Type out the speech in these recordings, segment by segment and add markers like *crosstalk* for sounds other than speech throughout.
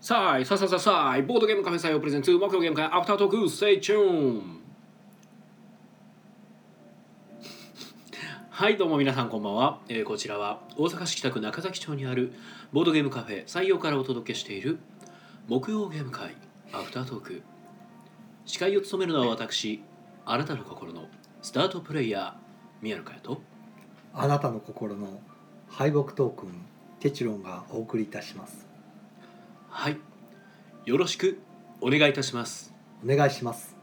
さあいさあさあさあさあいボードゲームカフェ採用プレゼンツ目標ゲーム会アフタートークステイチューン *laughs* はいどうも皆さんこんばんは、えーこちらは大阪市北区中崎町にあるボードゲームカフェ採用からお届けしている木曜ゲーム会アフタートーク司会を務めるのは私あなたの心のスタートプレイヤー宮野佳代とあなたの心の敗北トークンテチロンがお送りいたしますはいよろしくお願いいたしますお願いします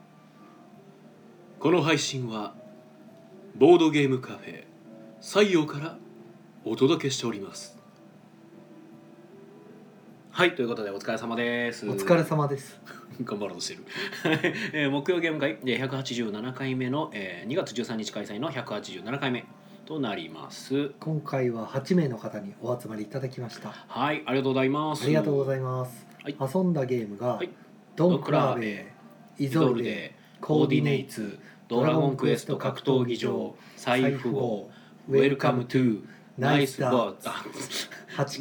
この配信はボードゲームカフェ採用からお届けしておりますはいということでお疲れ様ですお疲れ様です頑張ろうとしてる、 *laughs* えー木曜ゲーム会で187回目の、えー2月13日開催の187回目となります今回は8名の方にお集まりいただきましたあはいありがとうございますりがとうごいざいます、はい遊んだゲームが、はいドン・クラーベイイゾゾルルデデココーーデディィネネイイツツドラゴンクエスト格闘技場財布号ウェルカムトゥナナイイススバダーーツ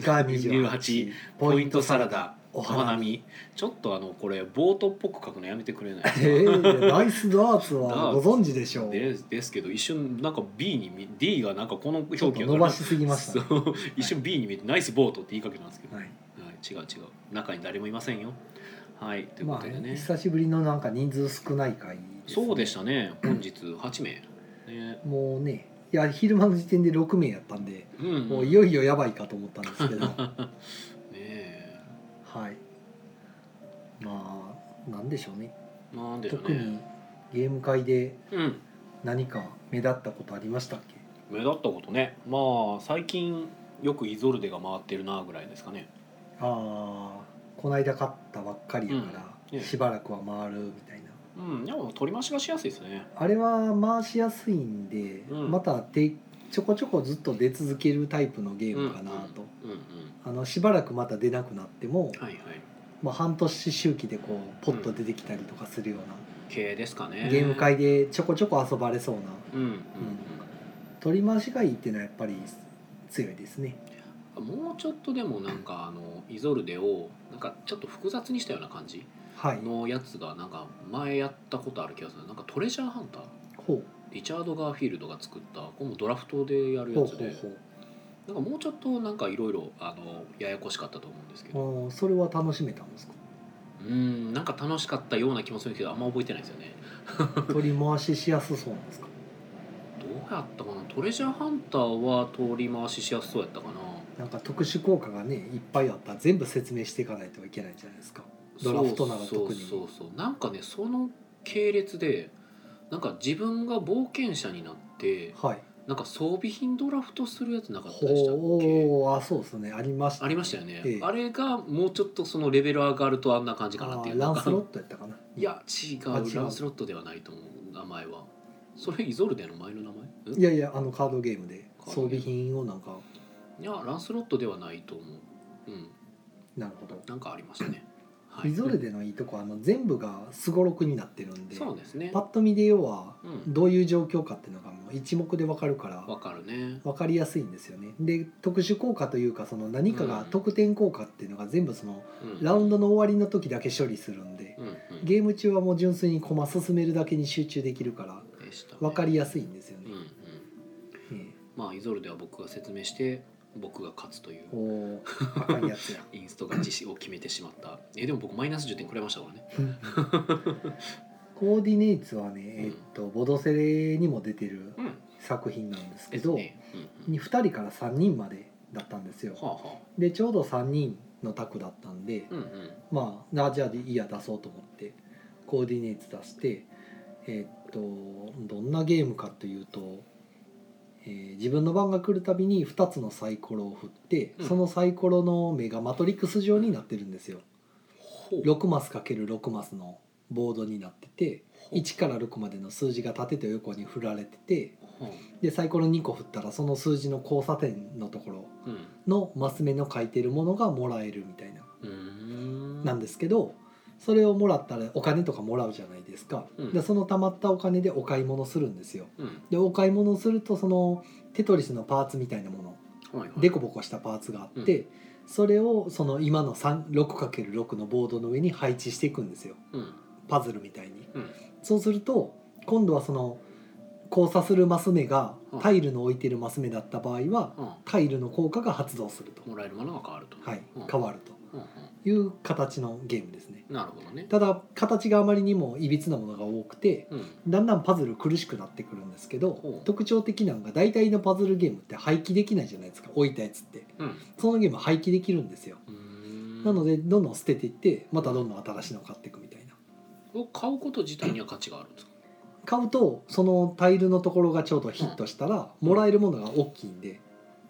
8か28 28ポイントサラダダおお花花見ちょっとあのこれボートっぽく書くのやめてくれない *laughs* えー、ナイスダーツはご存知でしょうでですけど一瞬なんか B に見 D がなんかこの表ちょっ記とが伸ばしすぎました、ねそう一瞬 B に見えて、ナイスボートって言いかけたんですけど、はいはい違う違う中に誰もいませんよはいというこまとあでね、ね,、久しぶりのなんか人数少ない回ですね、そうでしたね本日8名ねもうねいや昼間の時点で6名やったんで、うん、もういねよいよやばいかと思ったんです *laughs* けどはえいまあなんでしょうねなんでしょう特ねにゲーム会でうん何か目立ったことありましたっけ目立ったことねまあ最近よくイゾルデが回ってるなぐらいですかねああこないだ勝ったばっかりやから、うんええしばらくは回るみたいなうんでも取り回しがしやすいですねあれは回しやすいんで、うんまたてちょこちょこずっと出続けるタイプのゲームかなと、うんうん、あのしばらくまた出なくなっても、はいはいまあ、半年周期でこうポッと出てきたりとかするような、系ですかねゲーム会でちょこちょこ遊ばれそうなうんうん取り回しがいいっていうのはやっぱり強いですねうんもうちょっとでもなんかあのイゾルデをなんかちょっと複雑にしたような感じはいのやつがなんか前やったことある気がするなんかトレジャーハンターほうリチャード・ガーフィールドが作ったこれもドラフトでやるほやうつほでうなんかもうちょっとなんかいろいろあのややこしかったと思うんですけどほうあーそれは楽しめたんですかうんなんか楽しかったような気もするけどあんま覚えてないですよね取り回ししやすそうなんですかどうやったかなトレジャーハンターは通り回ししやすそうやったかななんか特殊効果がねいっぱいあったら全部説明していかないといけないじゃないですかドラフトなら特そうそにうそうそうなんかねその系列でなんか自分が冒険者になってはいなんか装備品ドラフトするやつなかったでしたっけほうあそうですねありましたありましたよね、ええあれがもうちょっとそのレベル上がるとあんな感じかなあっていうーランスロなッんかトやったかないや違あう違うランスロットではないと思う名前はそれイゾルデの前の名前んいやいやあのカードゲームでカード装ゲーム備品をなんかいやランスロットではないと思ううんなるほどなんかありましたね、はい、リゾルデのいいとこはあの全部がすごろくになってるんでそうですねパッと見で要はうんどういう状況かっていうのがもう一目でわかるからわかるね分かりやすいんですよねで特殊効果というかその何かうがん得点効果っていうのが全部そのうんラウンドの終わりの時だけ処理するんでうんうんゲーム中はもう純粋に駒進めるだけに集中できるからでしたね分かりやすいんですようんねう。んえまあイゾルでは僕が説明して僕が勝つといえうおー分かりやすいや *laughs* インスト勝ちを決めてしまったえでも僕マイナス10点くれましたからねコーディネイツはね、えっと、ボドセレにも出てるうん作品なんですけですど、ねうんうんに2人から3人までだったんですよはあはでちょうど3人のタクだったんで、あうんうんまああじゃあいいや出そうと思ってコーディネート出してえっとどんなゲームかというと、えー自分の番が来るたびに2つのサイコロを振って、うんそのサイコロの目がマトリックス状になってるんですよほう6マス ×6 マスのボードになっててほう1から6までの数字が縦と横に振られててほでサイコロ2個振ったらその数字の交差点のところううんのマス目の書いてるものがもらえるみたいな、うーんなんですけどそれをもらったらお金とかもらうじゃないですか、うんでその貯まったお金でお買い物するんですようんでお買い物するとそのテトリスのパーツみたいなものはいはいデコボコしたパーツがあって、それをその今の 6×6 のボードの上に配置していくんですようんパズルみたいに、うんそうすると今度はその交差するマス目がうんタイルの置いてるマス目だった場合はうんタイルの効果が発動すると、もらえるものが変わるとはいうん、変わるうんうという形のゲームですねんなるほどねただ形があまりにもいびつなものが多くてうんだんだんパズル苦しくなってくるんですけどほう特徴的なのが大体のパズルゲームって廃棄できないじゃないですか置いたやつってうんそのゲームは廃棄できるんですようーんなのでどんどん捨てていってまたどんどん新しいのを買っていくみたいなを買うこと自体には価値があるんですか買うとそのタイルのところがちょうどヒットしたらもらえるものが大きいんで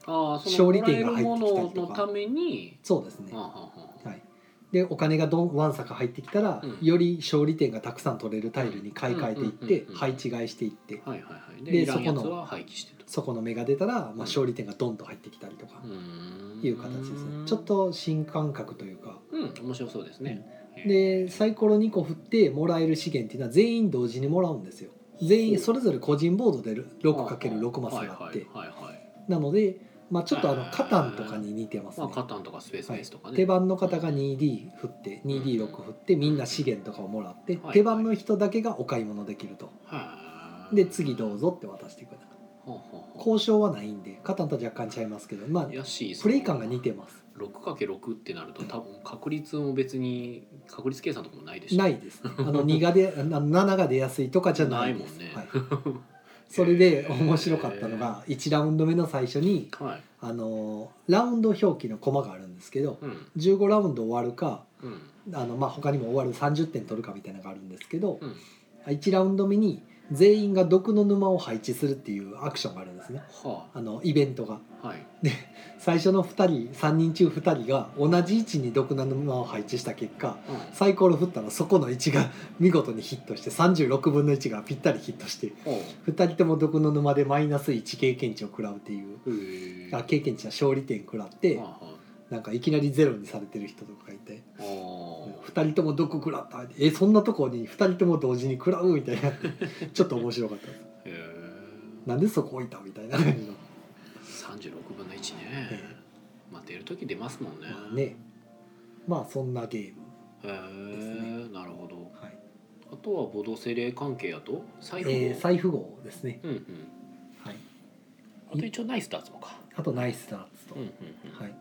ああそ勝の利もら点えがる入もってきたりとかののためにそうですねはあはあはあはいでお金がどんわんさか入ってきたらうんより勝利点がたくさん取れるタイルに買い替えていっうんうんうんてうん配置買いしていってはいはいはいででいらんやつそこは廃棄してとそこの芽が出たらまあ勝利点がドンと入ってきたりとかうーんいう形ですねちょっと新感覚というかうん面白そうですねでサイコロ2個振ってもらえる資源っていうのは全員同時にもらうんですよ全員それぞれ個人ボードで 6×6 マスがあってはいはいはいはいなので、まあ、ちょっとあのあーカタンとかに似てますまあね、カタンとかスペースベースとかね手番の方が 2D 振って 2D6 振ってみんな資源とかをもらってはい手番の人だけがお買い物できるとはあで次どうぞって渡していくほうほうほ交渉はないんでカタンと若干ちゃいますけどまあういやしプレイ感が似てます 6×6 ってなると多分確率も別に確率計算とかもないでしょないですねあの2がであの7が出やすいとかじゃないですないもんねはい *laughs* それで面白かったのが1ラウンド目の最初にはいあのラウンド表記のコマがあるんですけどうん15ラウンド終わるかうんあの、まあ、他にも終わる30点取るかみたいなのがあるんですけどうん1ラウンド目に全員が毒の沼を配置するっていうアクションがあるんですねはあのイベントがあはい最初の2人3人中2人が同じ位置に毒の沼を配置した結果うんサイコロ振ったらそこの1が見事にヒットして36分の1がぴったりヒットしてほ2人とも毒の沼でマイナス1経験値を食らうっていううへえあ経験値は勝利点食らってはあはなんかいきなりゼロにされてる人とかいてあおー2人とも毒食らったえそんなとこに2人とも同時に食らうみたいな *laughs* ちょっと面白かったですへえなんでそこ置いたみたいな感じの、 36分の1ね、えまあ出る時出ますもんね,、まあ、ねまあそんなゲーム、へえ、ですねなるほどはいあとはボドセレ関係やと財布、えー財布号ですね、うんうんはい、あと一応ナイスダーツもかあとナイスダーツと、うんうんうん、はい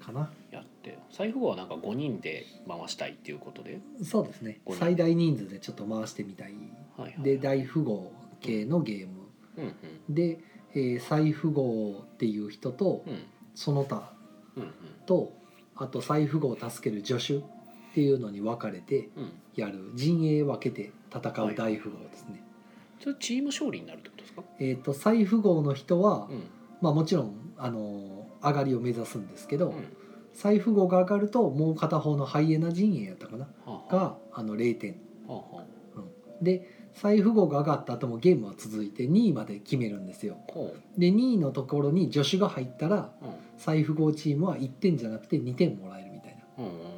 かなやって財布はなんか5人で回したいっていうことで、そうですねこれ最大人数でちょっと回してみたいはいはいはい、で大富豪系のゲームうんうんで、えー、財布号っていう人とうんその他うんとあと財布号を助ける助手っていうのに分かれてうんうんやる陣営分けて戦う大富豪ですね。それチーム勝利になるってことですかえー、と財布号の人は、うんまあ、もちろん、あのー上がりを目指すんですけど、うん財布号が上がるともう片方のハイエナ陣営やったかなはあはがあの0点あはあはで財布号が上がった後もゲームは続いて2位まで決めるんですよ。あほで2位のところに助手が入ったらう財布号チームは1点じゃなくて2点もらえるみたいな。うんう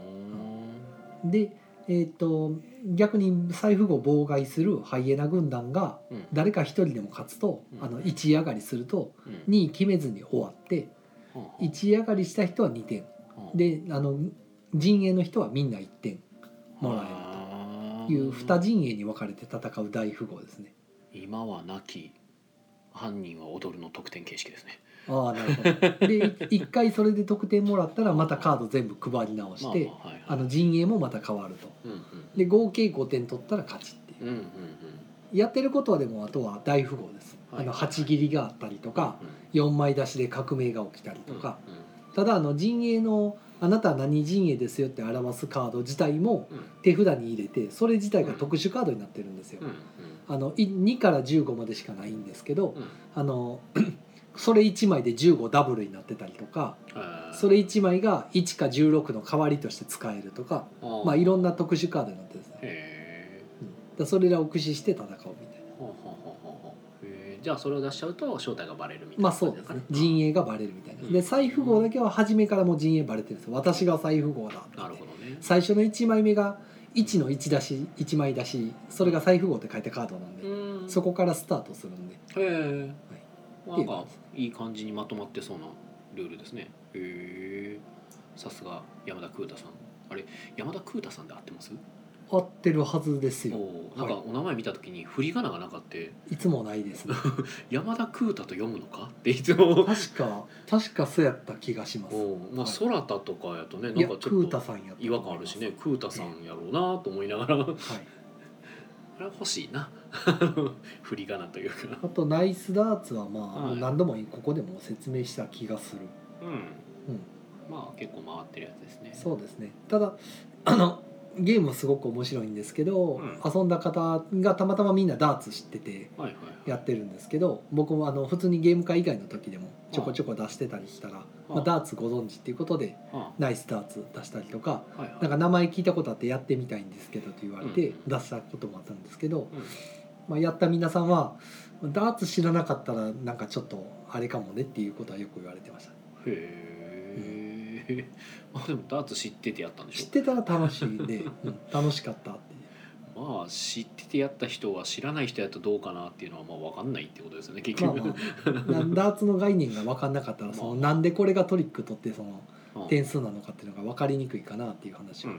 んで、えー、と逆に財布を妨害するハイエナ軍団がうん誰か一人でも勝つと、うんあの1位上がりするとうん2位決めずに終わってはあ1位上がりした人は2点はあであの陣営の人はみんな1点もらあーえるという2陣営に分かれて戦う大富豪ですね。今は亡き犯人は踊るの得点形式ですねああなるほどで1回それで得点もらったらまたカード全部配り直ましあまてあはいはいあの陣営もまた変わると。うんうんで合計5点取ったら勝ちってういうんうんうんやってることはでもあとは大富豪です、はいあの8切りがあったりとか4枚出しで革命が起きたりうとんか、うんただあの陣営の「あなたは何陣営ですよ」って表すカード自体もうん手札に入れてそれ自体が特殊カードになってるんですようん。あのい2から15までしかないんですけどうんうんあの *clears throat* それ1枚で15ダブルになってたりとかあーそれ1枚が1か16の代わりとして使えるとか、まあ、いろんな特殊カードになってるんですね、へーうんだからそれらを駆使して戦うみたいな。ほうほうほうほうほうへーじゃあそれを出しちゃうと正体がバレるみたいなまあそうですね陣営がバレるみたいなうでん財布号だけは初めからもう陣営バレてるんですよ私が財布号だってなるほどね最初の1枚目が1の1出し1枚出しそれが財布号って書いたカードなんで、うんそこからスタートするんでへえなんかいい感じにまとまってそうなルールですねへえさすが山田空太さんあれ山田空太さんで合ってます合ってるはずですよおなんかお名前見た時に振り仮名がなかったいつもないですね *laughs* 山田空太と読むの *laughs* かっていつも確か確かそうやった気がしますおまあはい空田とかやとねいなやんかちクょっータとさんやった違和感あるしね空太さんやろうなと思いながら *laughs* こはいれは欲しいな *laughs* 振り仮名というかあとナイスダーツはまあ、はい何度もここでも説明した気がする、うんうん、まあ結構回ってるやつですねそうですねただあのゲームすごく面白いんですけど、うん遊んだ方がたまたまみんなダーツ知っててはいはいやってるんですけど僕もあの普通にゲーム会以外の時でもちょこちょこ出してたりしたら、まあ、ダーツご存知っていうことではナイスダーツ出したりとかあはいはいなんか名前聞いたことあってやってみたいんですけどと言われうてん出したこともあったんですけど、うんまあ、やった皆さんはダーツ知らなかったらなんかちょっとあれかもねっていうことはよく言われてましたへえ、 *laughs* まあでもダーツ知っててやったんで知しってたら楽しいんで、 *laughs* うん楽しかったっていうょまあ知っててやった人は知らない人やったらどうかなっていうのはまあ分かんないってことですよね結まあ局、まあ、なダーツの概念が分かんなかったらそのなんでこれがトリック取ってその *laughs* うん点数なのかっていうのが分かりにくいかなっていう話をう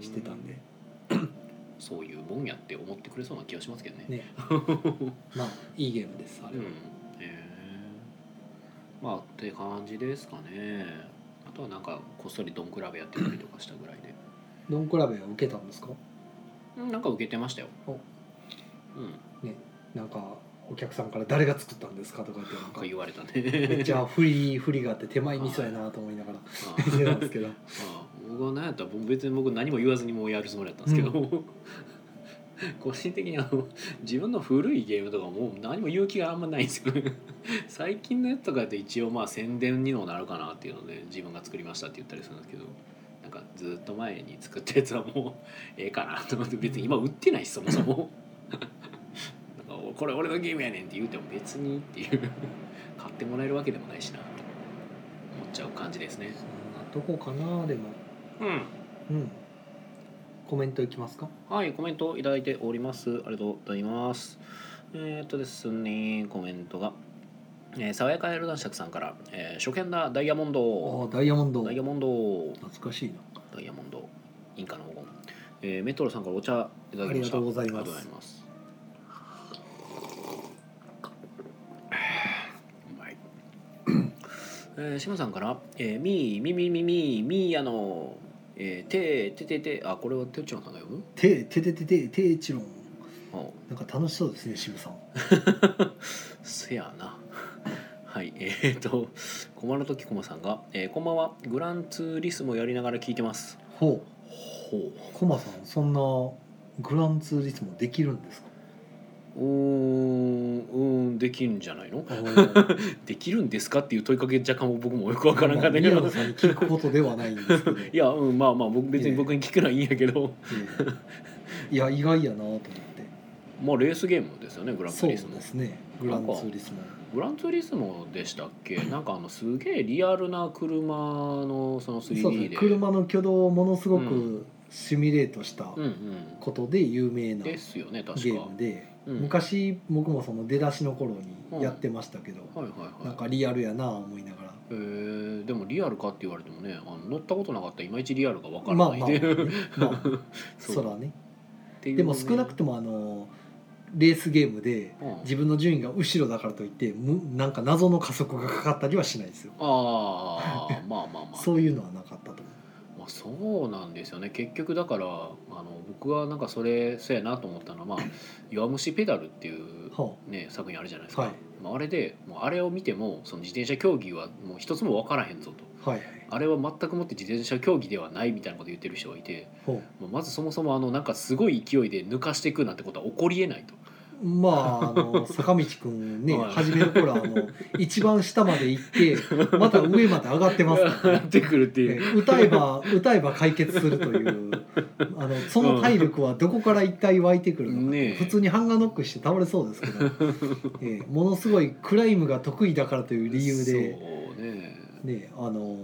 んしてたんで、そういうもんやって思ってくれそうな気がしますけどねね *laughs* まあいいゲームですあうれんは、へえまあって感じですかねあとはなんかこっそりドン比べやってたりとかしたぐらいでドンクラベは受けたんですかうんなんか受けてましたよおうんなんかお客さんから「誰が作ったんですか?」とか言ってなんなんかか言われたねめっ *laughs* ちゃ振り振りがあって手前ミスやなと思いながらうん見てたんですけどああ僕は何やったら僕別に僕何も言わずにもうやるつもりだったんですけど、う *laughs* 個人的にあの自分の古いゲームとかもう何も勇気があんまないんですよね *laughs* 最近のやつとかやって一応まあ宣伝にもなるかなっていうので自分が作りましたって言ったりするんですけどなんかずっと前に作ったやつはもう *laughs* ええかなと思って別に今売ってないしそもそも *laughs* なんかこれ俺のゲームやねんって言うても別にっていう買ってもらえるわけでもないしなと思っちゃう感じですねそんなとこかなでもうんうんコメントいきますかはい、コメントいただいております。ありがとうございます。えーっとですね、コメントが、えー爽やかエル男爵さんから、えー初見だダイヤモンああド、ダイヤモンドダイヤ懐モンド、かしいなダイヤモンド、インカの黄金、えーメトロさんからお茶いただきました。ありがとうございまありすがとうございます。うまい。えー、シムさんから、えー、みーみみみみみーやの、えー、ててててあこれはてっちゃんさんが読む？ 「てててててていちろん」あなんか楽しそうですね渋さんせやな。 *laughs* はい、えっ、ー、と、駒の時駒さんが、えーこんばんは。グランツーリスモやりながら聞いてます。ほほうコマさんそんなグランツーリスモできるんで *laughs* すかう。うーん、うーん、できるんじゃないの。 *laughs* できるんですかっていう問いかけ、若干僕もよくわからんかったけ宮ど野。さんに聞くことではないんですけ *laughs* どいや、うん、まあまあ、僕、別に僕に聞くのはいいんやけど。 *laughs* ええいや意外やなと思ってまあ、レースゲームですよね、グランツそーうリでスモ。すねグランツーリスモグランツーリスモでしたっけ、なんか、あの、すげえリアルな車の、そのそうです 3D ねで。車の挙動をものすごうくシミュレートしたうん、うん。ことで有名なゲですよね、確か。ームで、うん昔僕もその出だしの頃にやってましたけど、はいはいはい。なんかリアルやな思いながえー、でもリアルかって言われてもねあの乗ったことなかったらいまいちリアルがわかららまあないまあ、で、ねまあ *laughs* そうそらねっていうねでも少なくともあのレースゲームでうん自分の順位が後ろだからといってむなんか謎の加速がかかったりはしないですよああまあまあまあ *laughs* そういうのはなかったと思まあ、そうなんですよね結局だからあの僕はなんかそれそうやなと思ったの *laughs* は、まあ「弱虫ペダル」っていう、う、はね、作品あるじゃないですか、はいまあ、あれでもうあれを見てもその自転車競技はもう一つも分からへんぞとあ、はいはいあれは全くもって自転車競技ではないみたいなこと言ってる人がいて、ほまあまずそもそもあのなんかすごい勢いで抜かしていくなんてことは起こりえないと。うまああ *laughs* の坂道くんねはい初めの頃はあの一番下まで行ってまた上まで上がってますからやってくるってえいう。ー歌えば歌えば解決するというあのその体力はどこから一体湧いてくるのか、ねえ普通にハンガーノックして倒れそうです *laughs* けど、えーものすごいクライムが得意だからという *laughs* 理由で、そうね。ね、あの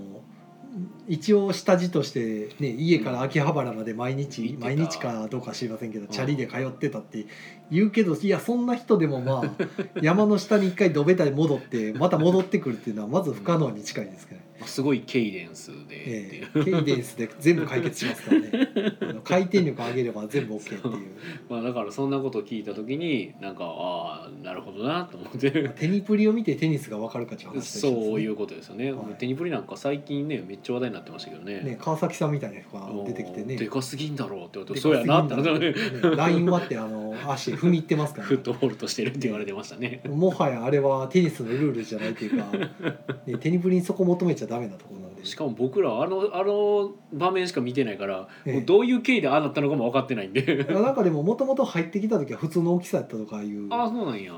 一応下地として、ね、家から秋葉原まで毎日行ってた毎日かどうか知りませんけどチャリで通ってたって言うけどいやそんな人でもまあ山の下に一回どべたり戻ってまた戻ってくるっていうのはまず不可能に近いですけどね、まあすごいケイデンスでっていえう、えケイデンスで全部解決しま *laughs* すからねあの回転力上げれば全部 OK っていうまあだからそんなことを聞いた時になんかああなるほどなと思ってまあテニプリを見てテニスが分かるかっていう話と一緒ですねそういうことですよね、はいテニプリなんか最近ねめっちゃ話題になってましたけどねね川崎さんみたいな人が出てきておねーでかすぎんだろうってことでそうやなってか話すだぎねんだろうねライン割ってあの足踏み入ってますからフね、ットボールとしてるって言われてましたねもはやあれはテニスのルールじゃないというか、 *laughs* ね、テニプリにそこ求めちゃダメなところなんでしかも僕らあのあの場面しか見てないから、ええもうどういう経緯でああなったのかも分かってないんで *laughs* なんかでももともと入ってきた時は普通の大きさやったとかいう、ああそうなんや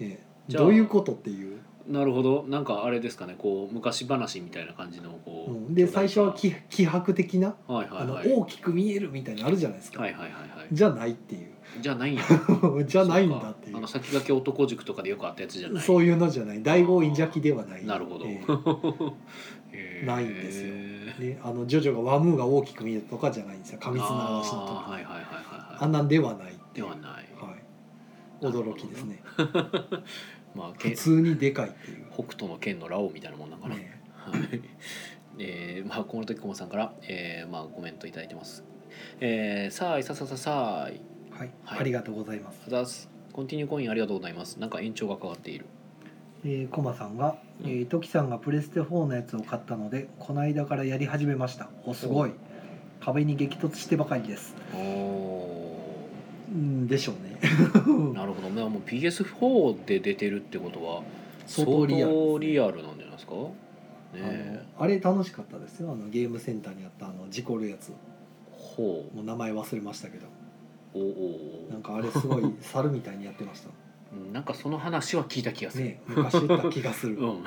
ねじゃあどういうことっていう、なるほどなんかあれですかねこう昔話みたいな感じのこうう、ん、で最初は気気迫的な、はいはいはいあの大きく見えるみたいなのあるじゃないですか、はいはいはいはいじゃないっていうじゃあないんや *laughs* じゃないんだっていそうかあのう先駆け男塾とかでよくあったやつじゃないそういうのじゃない大豪院邪気ではないなるほど、え *laughs* へーないんですよえね、あのジョジョがワムーが大きく見えるとかじゃないんですよ過密な話のとあーかはいはいはいはいあんはなんではないいではない、はい、驚きですねまあ、 *laughs* 普け通にでかいっていう、北斗の剣のラオウみたいなもんなんかな、ね、はい。えーまあ、この時、こもさんから、えーまあ、コメントいただいてます。えーさあい、ささささあい、はい、はいありがとうございますふざす。コンティニューコインありがとうございます。なんか延長が変わっている。えー、コマさんが、えー、トキさんがプレステ4のやつを買ったのでこの間からやり始めましたおすごい壁に激突してばかりですおうんでしょうねなるほど、まあ、もう PS4 で出てるってことは相当相当リリアアルですねルなんじゃないですかねあえのあれ楽しかったですよあのゲームセンターにあったあの事故るやつほうもう名前忘れましたけどおうおうなんかあれす *laughs* ごい猿みたいにやってましたおうなんかその話は聞いた気がする、ね昔言った気がする、ううんん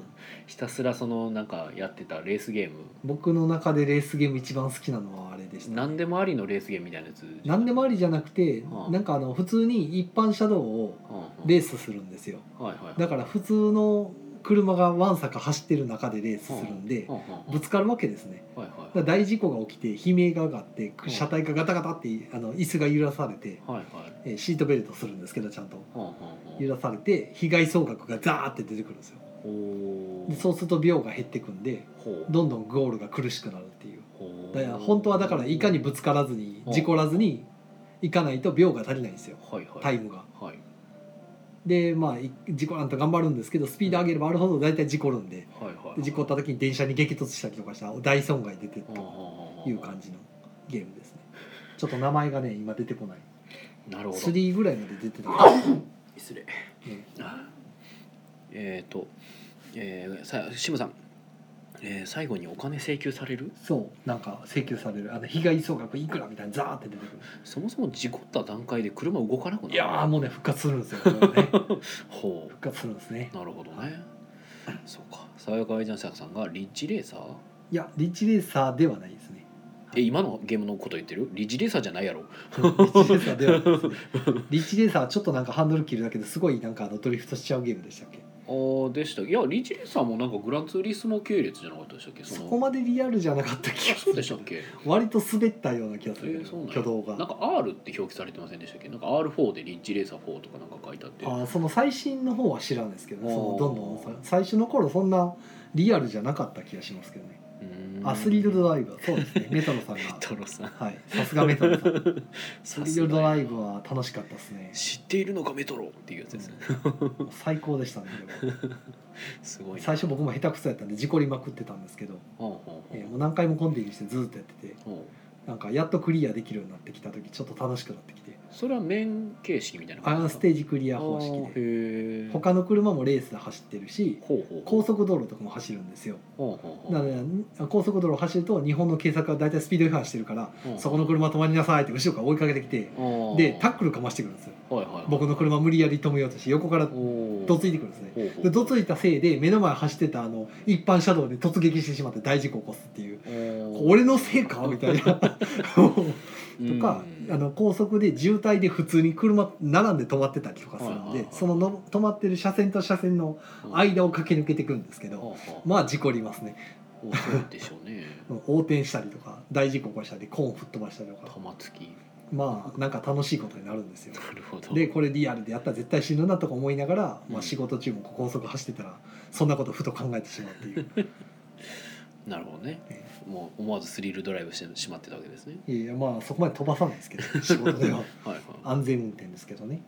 *laughs* ひたすらそのなんかやってたレースゲーム僕の中でレースゲーム一番好きなのはあれでした何でもありのレースゲームみたいなやつ何でもありじゃなくて、はあなんかあの普通に一般車道をうんうんレースするんですよはいはいはいだから普通の車がわんさか走ってる中でレースするんで、はぶつかるわけですねいはいだから大事故が起きて悲鳴が上がってん車体がガタガタってあの椅子が揺らされて、はいはいえーシートベルトするんですけどちゃんとは揺らされて被害総額がザーって出てくるんですよおおでそうすると秒が減ってくんでほうどんどんゴールが苦しくなるっていうほうだから本当はだからいかにぶつからずに事故らずにいかないと秒が足りないんですよはいはいタイムが。はいでまあい事故なんと頑張るんですけどスピード上げればあるほど大体事故るんではいはい事故った時に電車に激突したりとかしたら大損害出てるはあはとあはあいう感じのゲームですねちょっと名前がね今出てこないなるほど3ぐらいまで *laughs* 出てた、失礼ねえっ、と、えー、さシムさん、えー、最後にお金請求されるそうなんか請求されるあの被害総額いくらみたいなザーって出てくるそもそも事故った段階で車動かなくなるいやーもうね復活するんですよ、これはね、 *laughs* 復ほ活するんですねうなるほどねそうか爽やかアイジャンサーさんがリッジレーサーいやリッチレーサーではないですねえ今のゲームのこと言ってるリッジレーサーじゃないやろ *laughs* リッチレーサーではないですねリッチレーサーはちょっとなんかハンドル切るだけですごいなんかあのドリフトしちゃうゲームでしたっけあーでしたいやリッジレーサーもなんかグランツーリスモ系列じゃなかったでしたっけそのこまでリアルじゃなかった気があすそうるでしたっけ割と滑ったような気がするえーけそうなど、んや挙動がなんか R って表記されてませんでしたっけなんか R4 でリッジレーサー4とかなんか書いてあってあーその最新の方は知らんですけどそおーのどんどんさ最初の頃そんなリアルじゃなかった気がしますけどねうーんアスリートドライブはそうですねメトロさんがメトロさんはいさすがメトロさんさアスすリーがトドライブは楽しかったですね知っているのかメトロっていうやつですね、もう最高でし *laughs* たねでもすごいな最初僕も下手くそやったんで事故りまくってたんですけど、ほうほうえーもう何回もコンティニューしてずーっとやっててほうほうなんかやっとクリアできるようになってきた時ちょっと楽しくなってきてそれは面形式みたいなアンスーテージクリア方式ででほう他の車もレースで走ってるしほうほう高速道路とかも走るんですよほうほうほうなので高速道路を走ると日本の警察が大体スピード違反してるからほうそこの車止まりなさいって後ろから追いかけてきてほうでタックルかましてくるんですよはいはいはい僕の車無理やり止めようとして横からどどついてくるんですねほうほうでどついたせいで目の前走ってたあの一般車道で突撃してしまって大事故を起こすっていうほう俺のせいかみたいなうんとかあの高速で渋滞で普通に車並んで止まってたりとかするはいんはいはでいそのの止まってる車線と車線の間を駆け抜けていくんですけどほうほうまあ事故りますねお *laughs* そうでしょうねうん横転したりとか大事故起こしたりコーン吹っ飛ばしたりとか玉突きまあなんか楽しいことになるんですよなるほどでこれリアルでやったら絶対死ぬなとか思いながら、うまあ、ん仕事中も高速走ってたらそんなことふと考えてしまうっていうなるほどねえもう思わずスリルドライブしてしまってたわけですねいやいやまあそこまで飛ばさないで *laughs* すけど仕事でははい安全運転ですけどね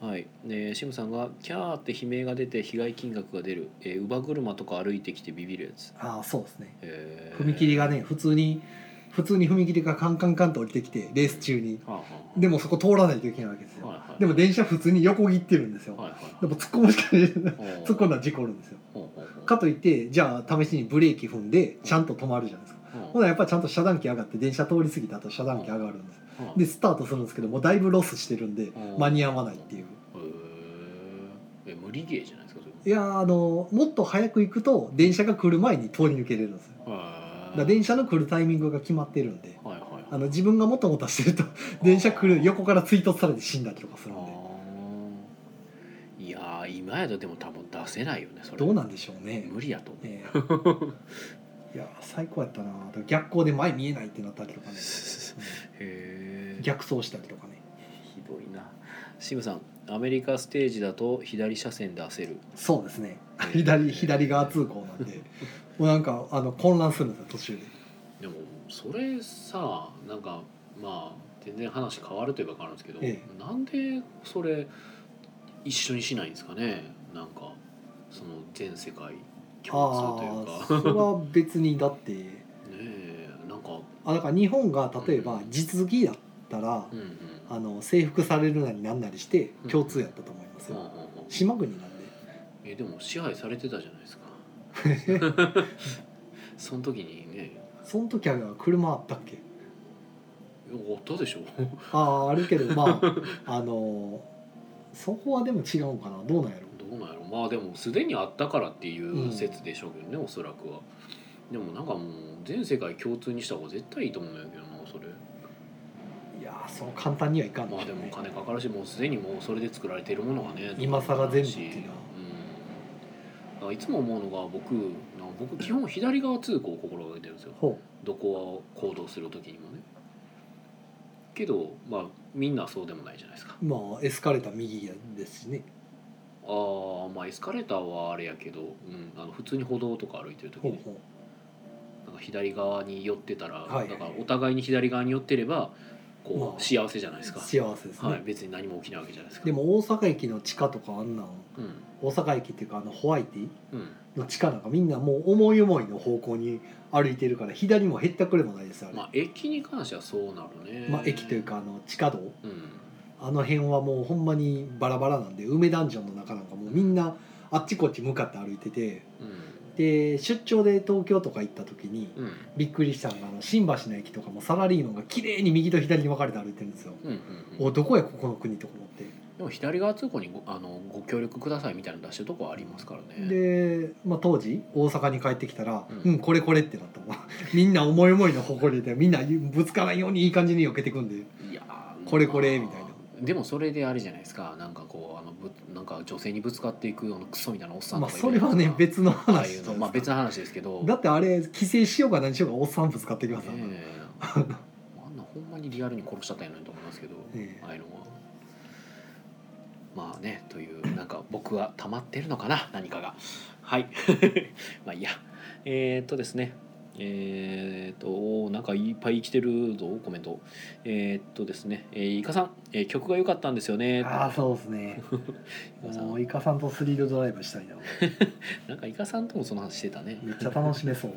はい、はいでシムさんが「キャー」って悲鳴が出て被害金額が出る、えー、乳母車とか歩いてきてビビるやつ、ああそうですねえー踏切がね普通に普通に踏切がカンカンカンと降りてきてレース中にはあはあでもそこ通らないといけないわけですよ、はいはいでも電車普通に横切ってるんですよ、はいはいでも突っ込むしかねはい突っ込んだら事故るんですよほうほうほうかといってじゃあ試しにブレーキ踏んでちゃんと止まるじゃないですかうんほなやっぱりちゃんと遮断機上がって電車通り過ぎた後遮断機上がるんですうんでスタートするんですけどもうだいぶロスしてるんでうん間に合わないっていうへーえ無理ゲーじゃないですかそいれやーあのもっと早く行くと電車が来る前に通り抜けれるんですよだから電車車の来るタイミングが決まってるんではいはいあの自分がもたもたしてると *laughs* 電車来る横から追突されて死んだりとかするんであーいやー今やとでも多分出せないよねそれどうなんでしょうね無理やと思う、ええいやー最高やったなだから逆光で前見えないってなったりとかねへ *laughs* うえん逆走したりとかねひどいなシムさんアメリカステージだと左車線で焦るそうですねうん左左側通行なんでもうなんかあの混乱するんですよ途中ででもそれさなんかまあ全然話変わるといえば変わるんですけど、えなんでそれ一緒にしないんですかねなんかその全世界共あ通ーというそれかは別にだってねえなんかあだから日本が例えばうん実技だったら、うんうんあの征服されるなりなんなりしてうん共通やったと思いますうんうんよ、うん島国なんでえでも支配されてたじゃないです *laughs* かその時にねその時は車あったっけおったでしょあああるけどま *laughs* ああのそこはでも違うのかなどうなんやろどうなんやろまあでもすでにあったからっていう説でしょうけどね、おそらくはでもなんかもう全世界共通にした方が絶対いいと思うんやけどなそれいやーそう簡単にはいかんまあすでよもおね金かかるしもうすでにもうそれで作られているものがね今更全部ってしいうのうはんだからいつも思うのが僕なんか僕基本左側通行を心がけてるんですよほどこを行動する時にもねけどまあみんなそうでもないじゃないですかうまあエスカレーター右ですしねあーまあエスカレーターはあれやけど、うん、あの普通に歩道とか歩いてる時ほうにほうなんか左側に寄ってたら、はいだからお互いに左側に寄ってればこう、まあ幸せじゃないですか、幸せですね、はい、別に何も起きないわけじゃないですかでも大阪駅の地下とかあんなんうん大阪駅っていうかあのホワイティうんの地下なんかみんなもう思い思いの方向に歩いてるから左もへったくれもないですよあれ、ままあ駅に関してはそうなるねあ、駅というかあの地下道うんあの辺はもうほんまにバラバラなんで梅ダンジョンの中なんかもうみんなあっちこっち向かって歩いててで出張で東京とか行った時にうんうんびっくりしたのがあの新橋の駅とかもサラリーマンが綺麗に右と左に分かれて歩いてるんですようんうんうおん、どこやここの国とか思ってでも左側通行にごあのご協力くださいみたいなの出してるとこはありますからねで、まあ、当時大阪に帰ってきたら「ううんん、これこれ」ってなったもん *laughs* みんな思い思いの誇りでみんなぶつからんようにいい感じに避けてくんでいやーこれこれまあみたいなでもそれであれじゃないですかなんかこうあのぶなんか女性にぶつかっていくようなクソみたいなおっさんまとあかいそるれじゃはないですねか別のああい話うじゃのなまあいです別かの話ですけどだってあれ規制しようか何しようかおっさんぶつかってきますからねねえ *laughs* あんなほんまにリアルに殺しちゃったんやないと思いますけど、ええああいうのはまあねというなんか僕は溜まってるのかな何かがはい *laughs* まあいいやえーっとですねえーっとおーなんかいっぱい来てるぞコメントえーっとですね、えー、イカさん、えー曲が良かったんですよねああそうですね *laughs* イカさんもうイカさんとスリルドライブしたいなめなんかイカさんともその話してたねっちゃ楽しめそう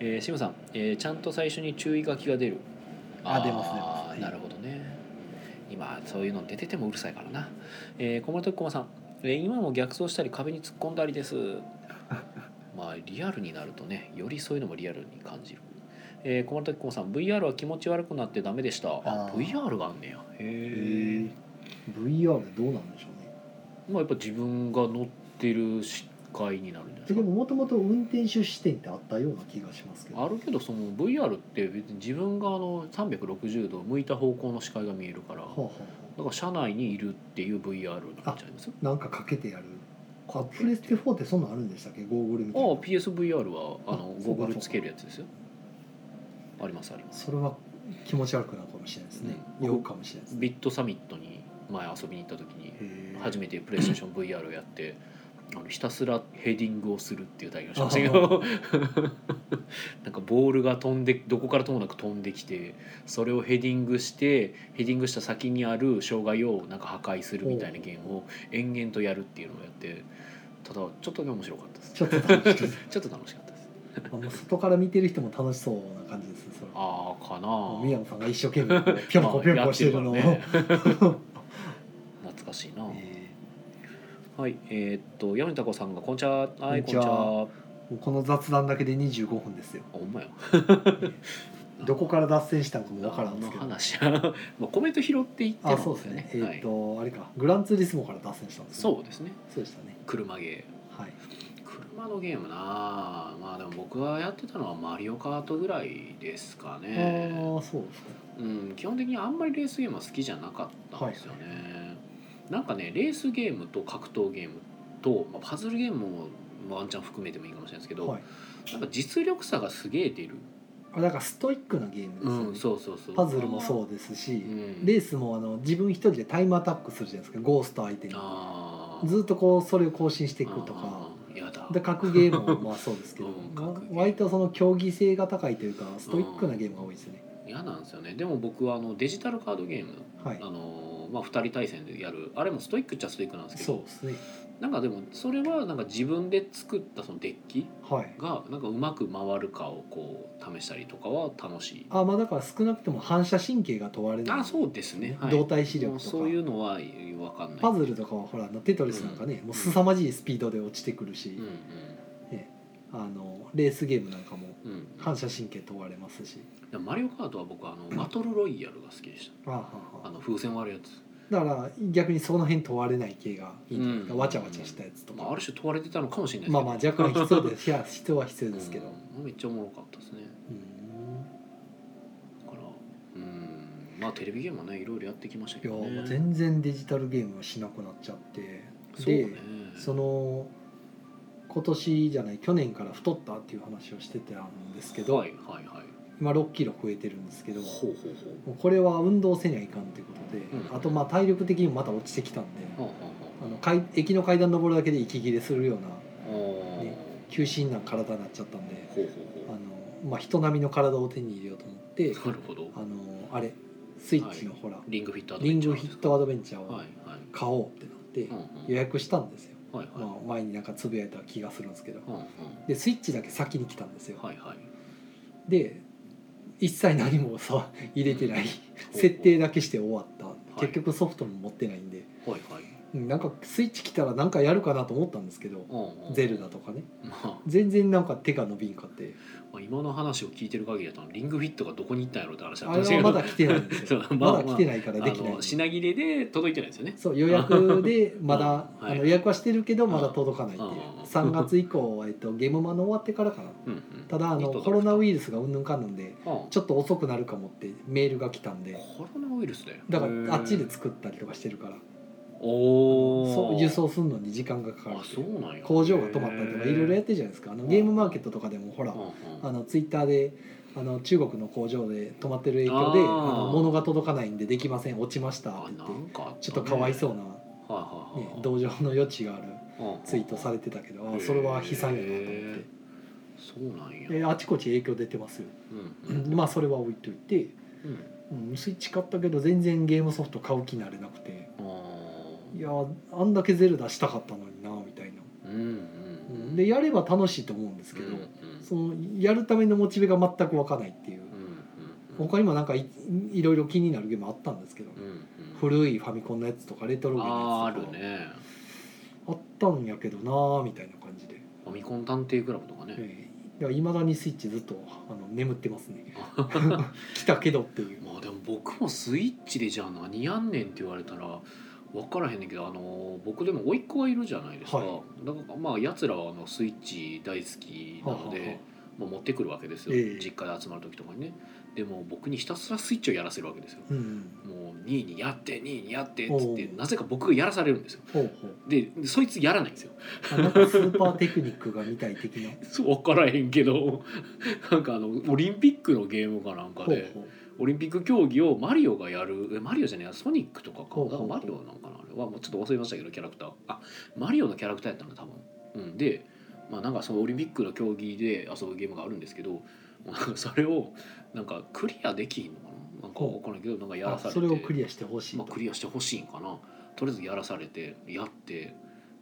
えー、シムさん、えーちゃんと最初に注意書きが出るあ出ます出あーますなるほどね今そういうの出ててもうるさいからな、えー、小室時駒さん、えー今も逆走したり壁に突っ込んだり *laughs* ですまあリアルになるとねよりそういうのもリアルに感じる、えー、小室時駒さん VR は気持ち悪くなってダメでしたああー VR があんねや *laughs* へえへ VR どうなんでしょうねまあやっぱ自分が乗ってる視界になるんじゃないですかでももともと運転手視点ってあったような気がしますけどあるけどその VR って別に自分があの360度向いた方向の視界が見えるからはあはだから車内にいるっていう VR になっちゃいますよあなんかかけてやるあプレステ4ってそんなんあるんでしたっけゴーグルみあたあいな PSVR はあのあそうかゴーグルつけるやつですよありますありますそれは気持ち悪くなるかもしれないですねうん酔うかもしれないですねビットサミットに前遊びに行った時にへー初めてプレイステーション VR をやってあのひたすらヘディングをするっていう体験をしましたけど *laughs* なんかボールが飛んでどこからともなく飛んできてそれをヘディングしてヘディングした先にある障害をなんか破壊するみたいなゲームを延々とやるっていうのをやってただちょっとだけ面白かったですちょっと楽 *laughs* しいちょっと楽しかったですあもう外から見てる人も楽しそうな感じですねそれああかなもう宮野さんが一生懸命こうぴょんこぴょんこしてるのを、まあやってるから *laughs* ね懐かしいな、えはいえーっと米田子さんがこんちゃはいここんんちちゃゃーもうこの雑談だけで25分ですよあほんまやどこから脱線したのかも分からんですけどあの話 *laughs* まあコメント拾っていってあたんそうですね、えはっい、とあれかグランツーリスモから脱線したんですねそうですねそうでしたね車ゲはいー車のゲームなあまあでも僕がやってたのはマリオカートぐらいですかああねーそうですねうん基本的にあんまりレースゲームは好きじゃなかったんですよね、なんかねレースゲームと格闘ゲームと、まあ、パズルゲームもワンチャン含めてもいいかもしれないですけど、はいなんか実力差がすげえ出る、あだからストイックなゲームですよね、うん、そうそうそうパズルもう、そうですしう、ん、レースもあの自分一人でタイムアタックするじゃないですかゴースト相手にあーずっとこうそれを更新していくとあかーやだで格ゲームもまあそうですけ *laughs* ど、うんまあ格ゲー割とその競技性が高いというかストイックなゲームが多いですよね、嫌なんですよねでも僕はあのデジタルカードゲームはいあのまあ、2人対戦でやるあれもストイックっちゃストイックなんですけそうどですねなんかでもそれはなんか自分で作ったそのデッキはいがなんかうまく回るかをこう試したりとかは楽しいあまあだから少なくとも反射神経が問われないあそうですね、はい、動体視力もうとかそういうのは分かんないパズルとかはほらあのテトリスなんかね、うんもう凄まじいスピードで落ちてくるしうん、あのレースゲームなんかもうんうん反射神経問われますし、でもマリオカートは僕はあ *clears throat* のバトルロイヤルが好きでしあはたはあの風船割るやつだから逆にその辺問われない系がいいんじゃないですか、うんわちゃわちゃしたやつとか、まあ、ある種問われてたのかもしれないですけまあどまあ若干必要ですいや必要は必要ですけど、うんめっちゃおもろかったですねうんだからうんまあテレビゲームはねいろいろやってきましたけどいやもうね全然デジタルゲームはしなくなっちゃってそうでねその今年じゃない去年から太ったっていう話をしてたんですけど、はいはいはい今6キロ増えてるんですけどもほうほうほううこれは運動せにはいかんということで、うんあとまあ体力的にもまた落ちてきたんで、ほうほあの階駅の階段登るだけで息切れするようなうほうねあ急進な体になっちゃったんでーほうあほうほの、まあ、人並みの体を手に入れようと思ってうなるほどあのあれスイッチのほら、リングフィットアドベリンンチャグーフィットアドベンチャーをはいはい買おうってなってうん予約したんですよ、うんはいまはあ、前になんかつぶやいた気がするんですけどいうんうんでスイッチだけ先に来たんですよはいはいで一切何もさ入れてないほう *laughs* *laughs* 設定だけして終わったい結局ソフトも持ってないんではいはいうんなんかスイッチ来たらなんかやるかなと思ったんですけどうんうんゼルダとかねまあ全然なんか手が伸びんかってまあ今の話を聞いてる限りだとリングフィットがどこに行ったんやろって話だっあたんですれけはどまだ来てないんですよ *laughs* そうまあままだあ来てないからできあないんので品切れで届いてないですよねそう予 *laughs* 約でまだうんはいあの予約はしてるけどまだ届かないっていううん3月以降、えっと、ゲームマンの終わってからかなうんうんただあの届くコロナウイルスがうんぬんかんぬんでうんちょっと遅くなるかもってメールが来たんでコロナウイルスだよだかへらーあっちで作ったりとかしてるからおおそう輸送するのに時間がかかるあそうなんや工場が止まったりとかいろいろやってるじゃないですかあのゲームマーケットとかでもほらうんうんあのツイッターであの中国の工場で止まってる影響でああーの物が届かないんでできません落ちましたっあて言なってんかあたねちょっとかわいそううな、はいはいねは、い同情の余地があるうんうんツイートされてたけどあへーそれは悲惨やなと思っそうなんやてであちこち影響出てますよ、うんううんんまあそれは置いといて、うんうん、スイッチ買ったけど全然ゲームソフト買う気になれなくてあーいやあんだけゼルダしたかったのになみたいな、うんううんん、でやれば楽しいと思うんですけど、うんうんそのやるためのモチベが全く湧かないっていううんうん他にもなんかいいろいろ気になるゲームあったんですけど、うんうん古いファミコンのやつとかレトロゲーあーのあやつとるかねあったんやけどなあみたいな感じでファミコン探偵クラブとかねええいまだにスイッチずっとあの眠ってます *laughs* ね来たけどっていうまあでも僕もスイッチでじゃあ何やんねんって言われたら分からへんねんけどあの僕でも甥っ子がいるじゃないですか、はだからまあやつらはあのスイッチ大好きなのではあはあはまあ、持ってくるわけですよ、ええ実家で集まる時とかにねでも僕にひたすらスイッチをやらせるわけですようんもう2位にやって2位にやってっおつうってなぜか僕がやらされるんですよほうほうでそいつやらないんですよあなんかスーパーテクニックが見たい的な *laughs* そう分からへんけどなんかあのオリンピックのゲームかなんかほうでほうオリンピック競技をマリオがやるえマリオじゃねえやソニックとかかほうほうだからマリオなんかなあれはもうちょっと忘れましたけどキャラクターあマリオのキャラクターやったんだ多分、うん、で、まあ、なんかそのオリンピックの競技で遊ぶゲームがあるんですけどもうなんかそれをなんかクリアできひんのかななんか分からんないけどなんかやらされてそれをクリアしてほしいまと、あ、クリアしてほしいんかなとりあえずやらされてやって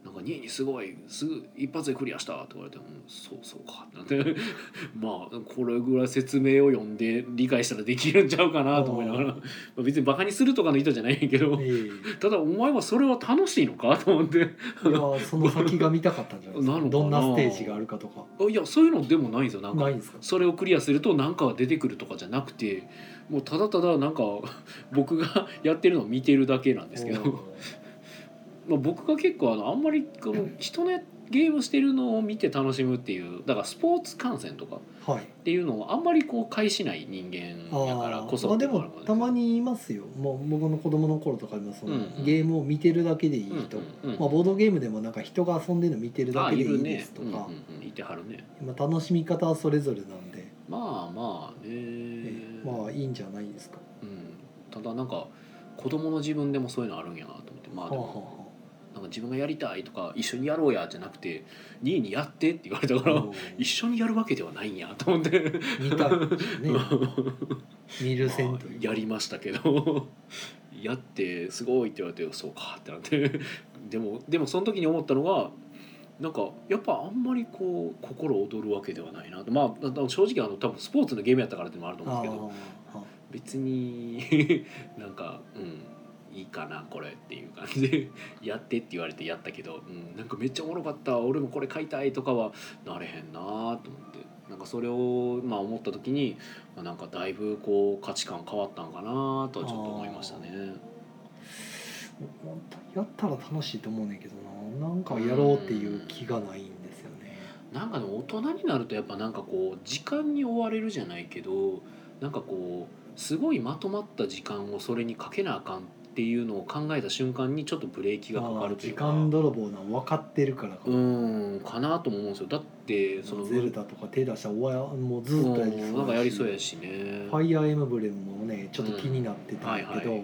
なんか2位にすごいすぐ一発でクリアしたって言われて「うんそうそうか」なんて *laughs* まあこれぐらい説明を読んで理解したらできるんちゃうかなと思いながら、あまあ、別にバカにするとかの意図じゃないんやけど *laughs* ええただお前はそれは楽しいのかと思って *laughs* いやその先が見たかったんじゃないですなかのかなどんなステージがあるかとかあいやそういうのでもないんですよなんかないんですかそれをクリアすると何かが出てくるとかじゃなくてもうただただなんか僕がやってるのを見てるだけなんですけどおー。まあ、僕が結構あのあんまりこの人のゲームしてるのを見て楽しむっていうだからスポーツ観戦とかっはいていうのをあんまりこう介しない人間やからあこーそまあってでいうのがもるかもしたれまないにいますよもう僕の子供の頃とかでもその、うんうんゲームを見てるだけでいいう人、んうんうんまあ、ボードゲームでもなんか人が遊んでるの見てるだあけいでいるいねですとかうんうんうんいてはるねまあ、楽しみ方はそれぞれなんで、まあまあね、ええまあいいんじゃないですか。うん、ただなんか子供の自分でもそういうのあるんやなと思ってまあではあはもなんか自分がやりたいとか一緒にやろうやじゃなくて2位にやってって言われたかあらはあ一緒にやるわけではないんやと思って。 *laughs* 見たいですね見る線というやりましたけど *laughs* やってすごいって言われてそうかってなって *laughs* でもでもその時に思ったのがなんかやっぱあんまりこう心躍るわけではないなとまああの正直あの多分スポーツのゲームやったからっていうのもあるとあ思うんあですけどは別に *laughs* なんかうんいいかなこれっていう感じで *laughs* やってって言われてやったけど、うん、なんかめっちゃおもろかった俺もこれ買いたいとかはなれへんなと思ってなんかそれをまあ思った時にまあなんかだいぶこう価値観変わったんかなとはちょっと思いましたね。やったら楽しいと思うねんけどななんかやろうっていう気がないんですよね。なんかでも大人になるとやっぱなんかこう時間に追われるじゃないけどなんかこうすごいまとまった時間をそれにかけなあかんっていうのを考えた瞬間にちょっとブレーキがかかああるとい時うか間泥棒なの分かってるからかうーんかなとも思うんですよだってそのゼルダとか手出したら終わらもうずっとやりそううんなんかやりそうやししねファイアーエムブレムもねちょっと気になってたんだけうど、んはいは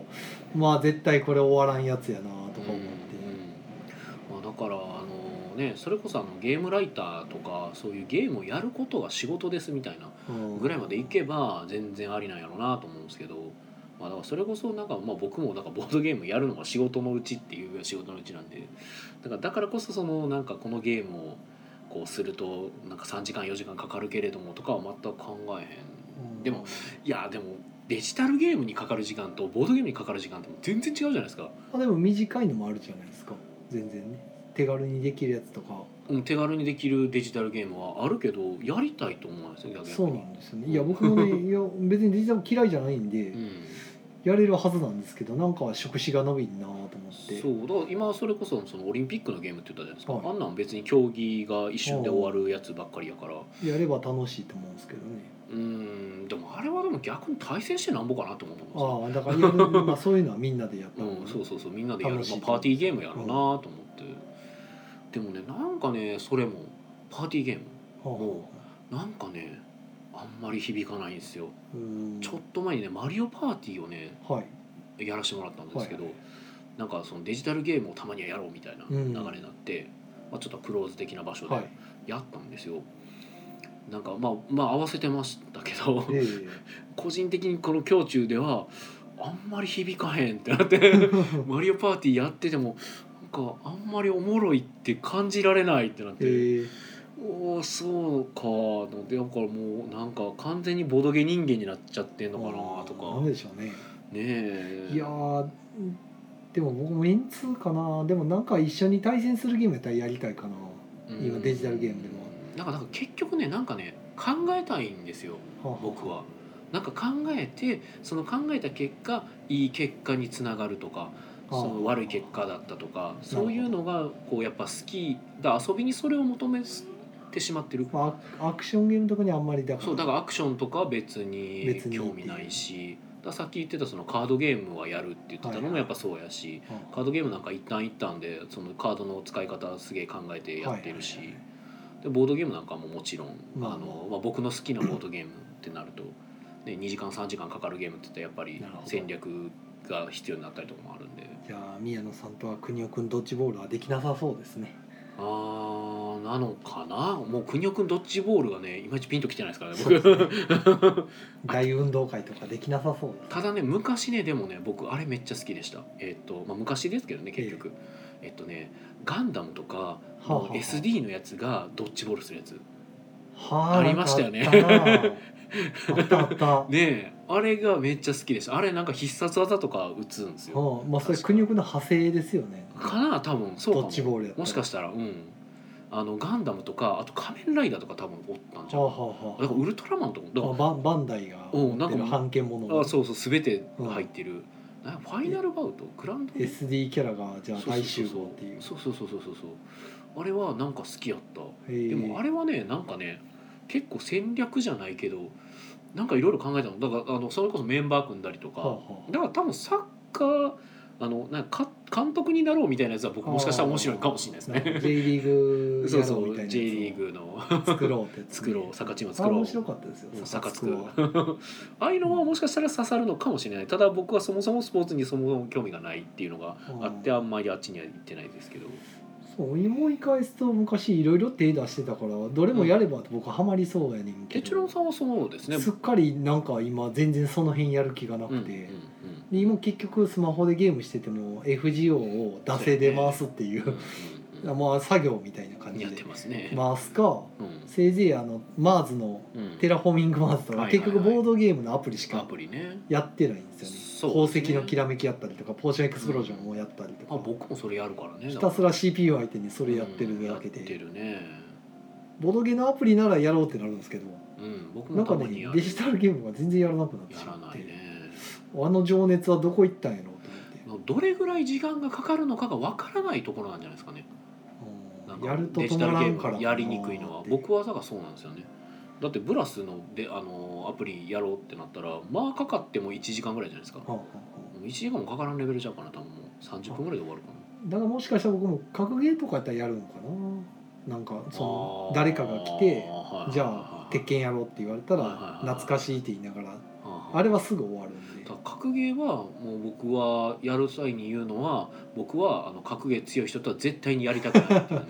まあ絶対これ終わらんやつやなとか思って、うんうんまあ、だからあのねそれこそあのゲームライターとかそういうゲームをやることが仕事ですみたいなうんぐらいまでいけば全然ありなんやろうなと思うんですけど、まあ、だからそれこそなんか、まあ、僕もなんかボードゲームやるのが仕事のうちっていう仕事のうちなんでだからだからこそそのなんかこのゲームをこうするとなんか3時間4時間かかるけれどもとかは全く考えへんでもいやでもデジタルゲームにかかる時間とボードゲームにかかる時間って全然違うじゃないですか、あでも短いのもあるじゃないですか全然ね手軽にできるやつとかうん、手軽にできるデジタルゲームはあるけどやりたいと思わないですよ逆にそうなんですよねいや僕も *laughs* ねいや別にデジタル嫌いじゃないんで、うんやれるはずなんですけどなんか触手が伸びんなと思ってそうだから今それこそそのオリンピックのゲームって言ったじゃないですか、はあいんなん別に競技が一瞬で終わるやつばっかりやからやれば楽しいと思うんですけどねうんでもあれはでも逆に対戦してなんぼかなと思うんですよ、ああだから *laughs* やる、まあ、そういうのはみんなでやったのかなうん、そうそうそうみんなでやる、ま楽しいあ、パーティーゲームやろうなと思って、でもねなんかねそれもパーティーゲームはなんかねあんまり響かないんですよ、あうんちょっと前にねマリオパーティーをねはいやらせてもらったんですけど、はいなんかそのデジタルゲームをたまにはやろうみたいな流れになって、まあ、ちょっとクローズ的な場所で *laughs* はいやったんですよなんかまあまあ合わせてましたけど *laughs* え個人的にこの胸中ではあんまり響かへんってなって *laughs* マリオパーティーやっててもなんかあんまりおもろいって感じられないってなっえて、ええおおそうかと思ってだからもうなんか完全にボドゲ人間になっちゃってんのかなとダメかでしょうねねえいやーでも僕もメンツーかなでもなんか一緒に対戦するゲームやったらやりたいかなうん今デジタルゲームでもなんかなんか結局ねなんかね考えたいんですよ僕は。なんか考えてその考えた結果いい結果につながるとかその悪い結果だったとかそういうのがこうやっぱ好きだ遊びにそれを求めてしまってるまあアクションゲームとかにあんまりだからそうだからアクションとかは別に別に興味ないしだからさっき言ってたそのカードゲームはやるって言ってたのはいもはいやっぱそうやしあカードゲームなんか一旦一旦でそのカードの使い方すげえ考えてやってるし。はいはいはいでボードゲームなんかももちろん、まああのまあ、僕の好きなボードゲームってなるとね、2時間3時間かかるゲームって言ったらやっぱりなるほど戦略が必要になったりとかもあるんでいやー宮野さんとは邦雄君ドッジボールはできなさそうですねあーなのかなもう邦雄君ドッジボールがねいまいちピンときてないですからねそうですね僕大運動会とかできなさそうですただね昔ねでもね僕あれめっちゃ好きでしたえっ、と、まあ、昔ですけどね結局えっとねガンダムとかあはのあ SD のやつがドッジボールするやつはあありましたよねなんかあったな *laughs* あったあったねえあれがめっちゃ好きでしたあれなんか必殺技とか打つんですようんまあそれ国君の派生ですよねかな多分そうかドもッジボールやったもしかしたらうんあのガンダムとかあと仮面ライダーとか多分おったんじゃんはあはあはだからウルトラマンとかもだあかまあバンバンダイがう持んなっんてかる版権ものらのあそうそう全て入ってる、なファイナルバウトグランド SD キャラがじゃあそうそうそうそう大集合っていうそうそうそうそうそうそうあれはなんか好きやったででもあれはねなんかね結構戦略じゃないけどなんかいろいろ考えたのだからあのそれこそメンバー組んだりとか、はあだから多分サッカーあのなんかか監督になろうみたいなやつは僕もしかしたら面白いかもしれないですなんかね。*laughs* J リーグそうやろそうみうたい J リーなグのやつを作ろうってやつね作ろうサッカーチームをあ作れろ面う白かったですよサカサ作カる *laughs* ああいうのはもしかしたら刺さるのかもしれないただ僕はそもそもスポーツにそもそも興味がないっていうのがあってうんあんまりあっちには行ってないですけどそう思い返すと昔いろいろ手出してたからどれもやれば僕ハマりそうやねんけ哲ど、郎さんはそうですねすっかりなんか今全然その辺やる気がなうくんうんて、うんで今結局スマホでゲームしてても FGO を惰性で回すっていううんうんまあ作業みたいな感うんじやっでてますね回すかうんせいぜいあの MARS のうんテラフォーミングマーズとかはいはい結はい局ボードゲームのアプリしアかプリねやってないんですよねそう宝ですね石のきらめきやったりとかポーションエクスプロージョンをやったりとまあか僕もそれやるからねひたすら CPU 相手にそれやってるだかだらけうんやってでるねボードゲームのアプリならやろうってなるんですけどうん僕なもんかたまにねやるデジタルゲームが全然やらなくなってやしまらっないてねあの情熱はどこ行ったんやろうと思ってどれぐらい時間がかかるのかがわからないところなんじゃないですかねなんうんかやるとデ止ジタまルらゲんかーらムやりにくいのは僕ははだからそうなんですよねだってブラスのであのアプリやろうってなったらまあかかっても1時間ぐらいじゃないですかあはあは1時間もかからんレベルじゃうかな多分もう30分ぐらいで終わるかなあだからもしかしたら僕も格ゲーとかやったらやるのかななんかそのあー誰かが来てはいはいはいはいじゃあ鉄拳やろうって言われたはいはいらはい懐かしいって言いながらはああれはすぐ終わるんでだから格ゲーはもう僕はやる際に言うのは僕はあの格ゲー強い人とは絶対にやりたくないっていうんで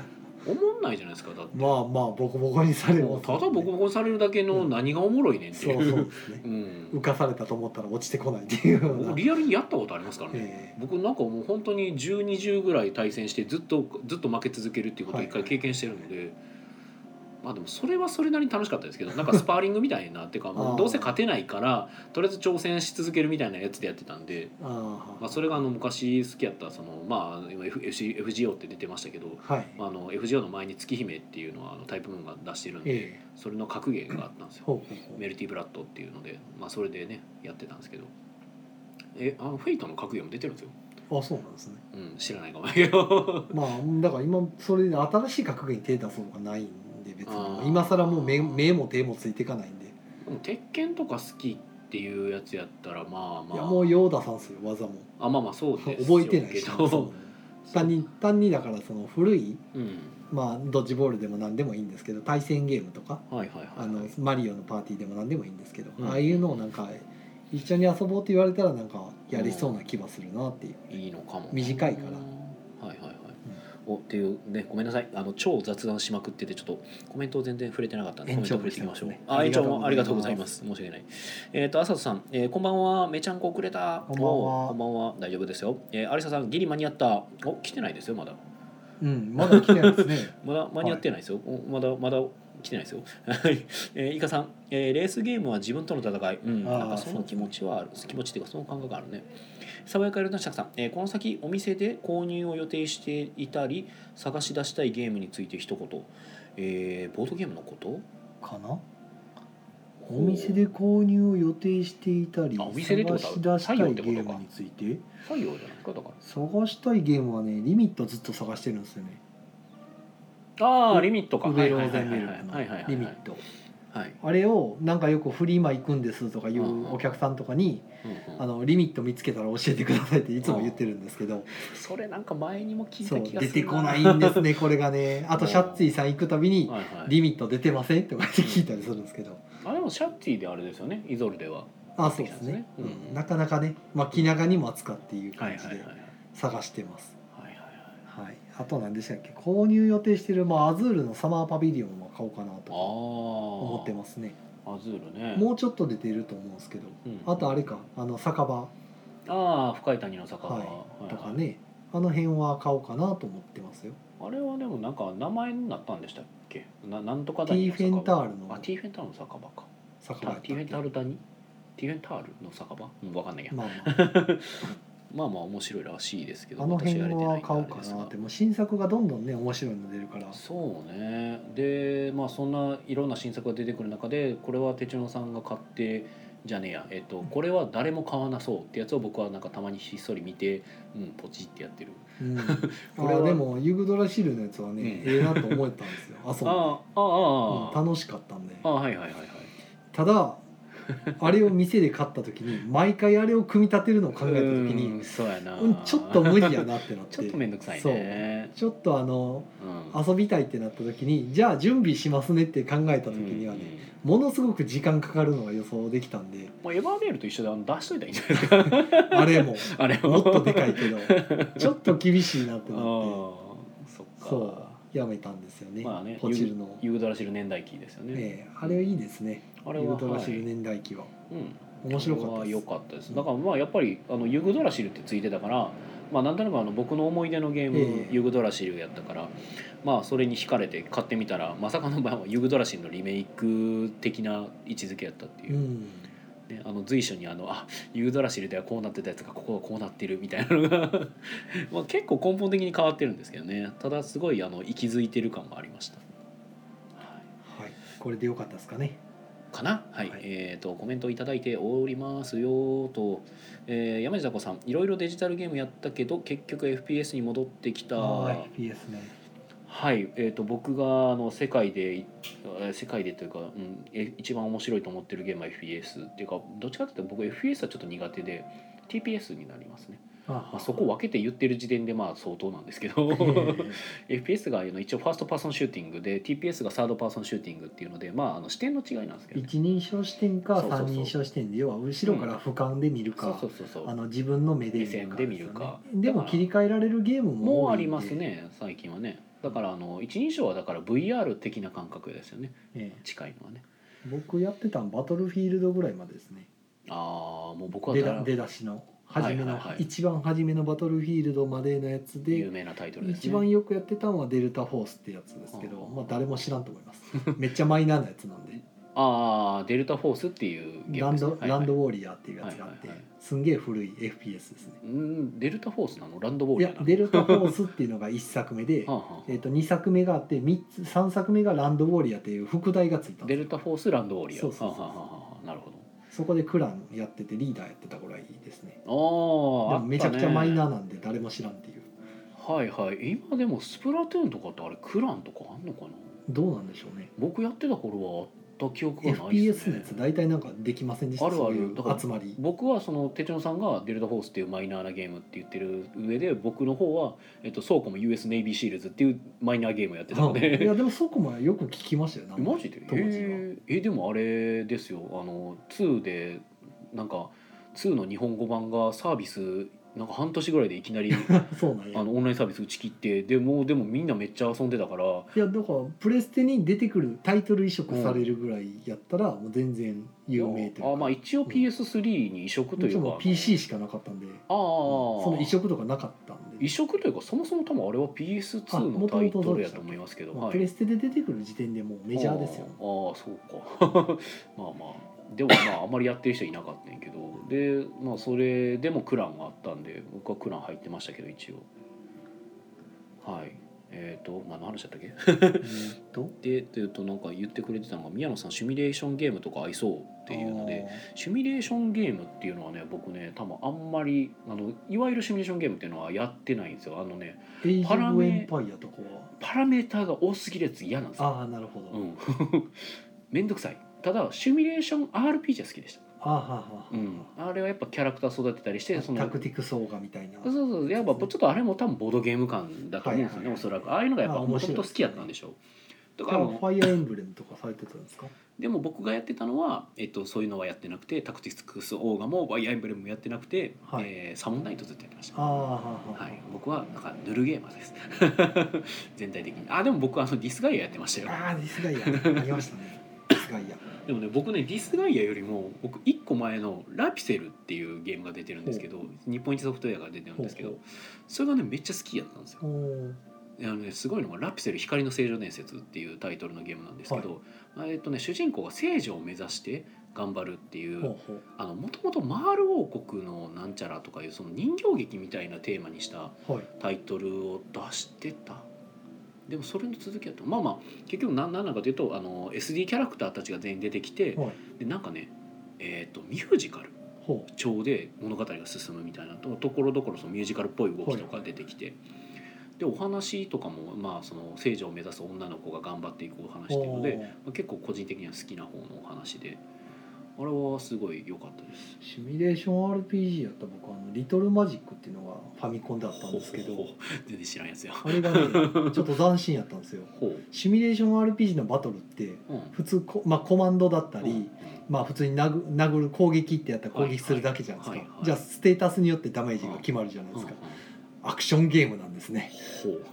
*laughs* 思んないじゃないですかだってまあまあボコボコにされるもうただボコボコにされるだけの何がおもろいねんってそいうそううですねうん浮かされたと思ったら落ちてこないってい *laughs* うような僕リアルにやったことありますからね、ええ僕なんかもう本当に1020ぐらい対戦してずっとずっと負け続けるっていうことを一はい回はい経験してるので、まあでもそれはそれなりに楽しかったですけどなんかスパーリングみたいなっていうかもうどうせ勝てないからとりあえず挑戦し続けるみたいなやつでやってたんで、あまあ、それがあの昔好きやったそのまあ今 F- FC FGO って出てましたけど、あはいまあ、あの FGO の前に月姫っていうのはあのタイプムーンが出してるんで、ええそれの格ゲーがあったんですよ。ほうほうほうメルティブラッドっていうので、まあ、それでねやってたんですけどえあのフェイトの格ゲーも出てるんですよ、あそうなんですねうん、知らないかもだけど *laughs* まあだから今それで新しい格言に手出すのがないんで別あーに今更もう目目も手もついていかないんで、でも鉄拳とか好きっていうやつやったらまあまあいやもうヨーダさんですよ技もあまあまあそうですよ覚えてないしけそどの単に単にだからその古いうんまあドッジボールでも何でもいいんですけど対戦ゲームとかはいはいはいあのマリオのパーティーでも何でもいいんですけど、うんああいうのをなんか一緒に遊ぼうって言われたらなんかやりそうな気はするなっていう、いいのかも短いからはいはいはい、おっていうねごめんなさいあの超雑談しまくっててちょっとコメントを全然触れてなかったんでコ延メン長ト触れていきましょう、ですねあ延長もあありりががとうごとうござざいいまますす申し訳ないえっ、とあさとさん、えーこんばんはめちゃんこ遅れたこんばんはおこんばんは大丈夫ですよえーありささんギリ間に合ったお来てないですよまだうん、まだ来てないですねまだ間に合ってないですよ、おまだまだ来てないですよえーイカさん、えーレースゲームは自分との戦いうんあーなんかその気持ちはある気持ちっていうかその感覚があるね爽やか色のシャクさん、えーこの先お店で購入を予定していたり探し出したいゲームについて一言、えーボードゲームのこと *laughs* かなお店で購入を予定していたりあお店でってこ探とはし出したい太ゲ陽ってことかームについて採用じゃないですかだか探したいゲームはねリミットずっと探してるんですよねらああーリミットかウはベいロはいーはゼいンはベいルはいはクいのはリいミッはいトはいあれをなんかよくフリマ行くんですとかいうんうんうお客さんとかにうんうんあのリミット見つけたら教えてくださいっていつも言ってるんですけどそれなんか前にも聞いそたう気が出するてこないんですねこれがねあとシャッツィさん行くたびに *laughs* はいは「いリミット出てません?」とかって聞いたりするんですけどあでもシャッティであれですよねイゾルではあそうですね、うんうんなかなかね、まあ、気長にも扱っていうはいはい感じはいではい探してます、はいはいはいあと何でしたっけ購入予定してる、まあ、アズールのサマーパビリオンも買おうかなああと思思ってますねアズールねもうちょっとで出ると思うんですけどうんあとあれかあの酒場、ああ深い谷の坂はいいとかねあの辺は買おうかなと思ってますよあれはでもなんか名前になったんでしたっけななんとかティーフェンタルールのあティーフェンタールの酒場か酒場あやったっティーフェンけタール谷ティーフェンタールの酒場うん分かんないやまあまあまあまあ面白いらしいですけどあの辺私あれ出なはいんで買おうあかれですが *laughs* なってもう新作がどんどんね面白いの出るからそうねでまあそんないろんな新作が出てくる中でこれは手帳さんが買ってじゃねえや、えっと、これは誰も買わなそうってやつを僕はなんかたまにひっそり見てうんポチってやってるう *laughs* ん、れはあでもユグドラシルのやつはね、うんええなと思った *laughs* んですよあそうああうんああああ、楽しかったんであはいはいはいはいただあれを店で買った時に毎回あれを組み立てるのを考えた時うにんそうやな、うんちょっと無理やなってなって *laughs* ちょっと面倒くさいねそうちょっとあのうん遊びたいってなった時にじゃあ準備しますねって考えた時にはね、ものすごく時間かかるのが予想できたんでまあ、エヴァーメールと一緒であの出しといたらいいんじゃないですかあれもあれ *laughs* もっとでかいい *laughs* けどちょっと厳しいなってああなってそっかそうやめたんですよね、まあねポチルの、ユードラシル年代記ですよね、ええあれはいいですねあれユは、グドラシはルい年代記は、うん、面白かったあでれすは良かったですだからまあやっぱりあのユグドラシルってついてたから、まあ、なんとなくあの僕の思い出のゲーム、ええユグドラシルやったから、まあ、それに惹かれて買ってみたらまさかの場合はユグドラシルのリメイク的な位置づけやったっていうう、んね、あの随所にあのあユグドラシルではこうなってたやつがここはこうなってるみたいなのが *laughs* まあ結構根本的に変わってるんですけどねただすごいあの息づいてる感がありました。はいはい、これで良かったですかね。かな、はいはいえー、とコメントいただいておりますよと、えー山地田子さんいろいろデジタルゲームやったけど結局 FPS に戻ってきたああ、FPS ね。はい、えー、と僕があの世界でいえー世界でというか、うん、え一番面白いと思ってるゲームは FPS っていうかどっちかというと僕 FPS はちょっと苦手で TPS になりますね、あまあ、そこを分けて言ってる時点でまあ相当なんですけどえ *laughs* FPS があの一応ファーストパーソンシューティングで TPS がサードパーソンシューティングっていうので、まあ、あの視点の違いなんですけど、えね、一人称視点そかうそうそう三人称視点で要は後ろから俯瞰で見るそうかそう、そうそうあの自分の目で見る目か線で見るかですよねでも切り替えられるゲームももう多あいりんでます。ね最近はねだからあの一人称はだから VR 的な感覚ですよねえ近いのはねえ僕やってたんバトルフィールドぐらいまでですね。ああもう僕は出だだ出だしの初めの、はいはいはい一番初めのバトルフィールドまでのやつで有。名なタイトルです一ね番よくやってたのはデルタフォースってやつですけど、ああまあ誰も知らんと思い *laughs* ます。めっちゃマイナーなやつなんで。ああデルタフォースっていうゲーラムンですねドはいラはいンドウォーリアーっていうやつがあってはいはいはいすんげえ古い FPS ですねうんデルタフォースなのランドボーいルやなのデルタフォースっていうのが1作目で *laughs* はあはえーと2作目があって三つ3作目がランドウォーリアーっていう副題がついあたんデでルタフォースランドウォリアそうそうそうはあはあはあはあなるほすそこでクランやっててリーダーやってた頃はいいですねどでああもめちゃくちゃマイナーーなんで誰も知らんっていうはいはい今でもスプラトゥーンとかってあれクランとかあんのかなどうなんでしょうね僕やってた頃はあった記憶がないっ FPS のやつ大体なんかできませんでしたあるあるそういうだから集まり僕はその手帳さんが「デルタ・フォース」っていうマイナーなゲームって言ってる上で僕の方は、えっと、倉庫も US ネイビーシールズっていうマイナーゲームをやってたのうんいでやでもそこもよく聞きましたよなん *laughs* かマジで当時はへええでもあれですよあの2でなんか2の日本語版がサービスなんか半年ぐらいでいき *laughs* なりそうなんやあのオンラインサービス打ち切ってでもうでもみんなめっちゃ遊んでたからいやだからプレステに出てくるタイトル移植されるぐらいやったらもう全然有名というか、あまあ一応 PS3 に移植ともいちうろか、ん PC しかなかったんでああその移植とかなかったんで移、植というかそもそも多分あれは PS2 のタイトルやと思いますけどまあはいプレステで出てくる時点でもうメジャーですよあーあーそうか *laughs* まあまあでもまああんまりやってる人いなかったんやけどでまあそれでもクランがあったんで僕はクラン入ってましたけど一応はいえっ、と何の話だったっけ *laughs* えーっとでというとなんか言ってくれてたのが宮野さんシミュレーションゲームとか合いそうっていうのでシミュレーションゲームっていうのはね僕ね多分あんまりあのいわゆるシミュレーションゲームっていうのはやってないんですよあのねあーエイジ・オブ・エンパイアとかパラメーターが多すぎるやつ嫌なんですよはああなるほど、うんめんどくさいただシミュレーション RPG は好きでした、あーはーはーはうーん、あれはやっぱキャラクター育てたりしてそのタクティクソーガみたいなそうそうやっぱちょっとあれも多分ボードゲーム感だと思うんですよね、はいはいおそらくああいうのがやっぱあもと面白いもと好きやったんでしょうだだからあのファイアーエンブレムとかされてたんですかでも僕がやってたのは、えっと、そういうのはやってなくてタクティクスオーガもワイアーエンブレムもやってなくて、はいえーサモンナイトずっとやってましたああはあはい、僕はなんかヌルゲーマーです全体的にあでも僕はあのディスガイアやってましたよああディスガイアありましたねディスガイアでもね僕ねディスガイアよりも僕1個前の「ラピセル」っていうゲームが出てるんですけど日本一ソフトウェアが出てるんですけほどうそれがねめっちゃ好きやったんですよほうあの、ね、すごいのが「ラピセル光の聖女伝説」っていうタイトルのゲームなんですけど、えっとね、主人公が聖女を目指して頑張るっていほううほうあのもともと「マール王国のなんちゃら」とかいうその人形劇みたいなテーマにしたはいタイトルを出してたでもそれの続きやとまあまあ結局何なのかというとあの SD キャラクターたちが全員出てきてはいでなんかねえー、とミュージカルほ調で物語が進むみたいなとところどころそのミュージカルっぽい動きとか出てきて、でお話とかも、まあ、その聖女を目指す女の子が頑張っていくお話うというので、ほうまあ、結構個人的には好きな方のお話であれはすごい良かったです。シミュレーション RPG やった僕あのリトルマジックっていうのがファミコンだったんですけほう *laughs* どほう全然知らんやつや。あれがねちょっと斬新やったんですよほうシミュレーション RPG のバトルってうん普通こ、まあ、コマンドだったり、うんまあ普通に殴殴る攻撃ってやったら攻撃するだけじゃないですか、はいはいはいはいじゃあステータスによってダメージが決まるじゃないですか、アクションゲームなんですね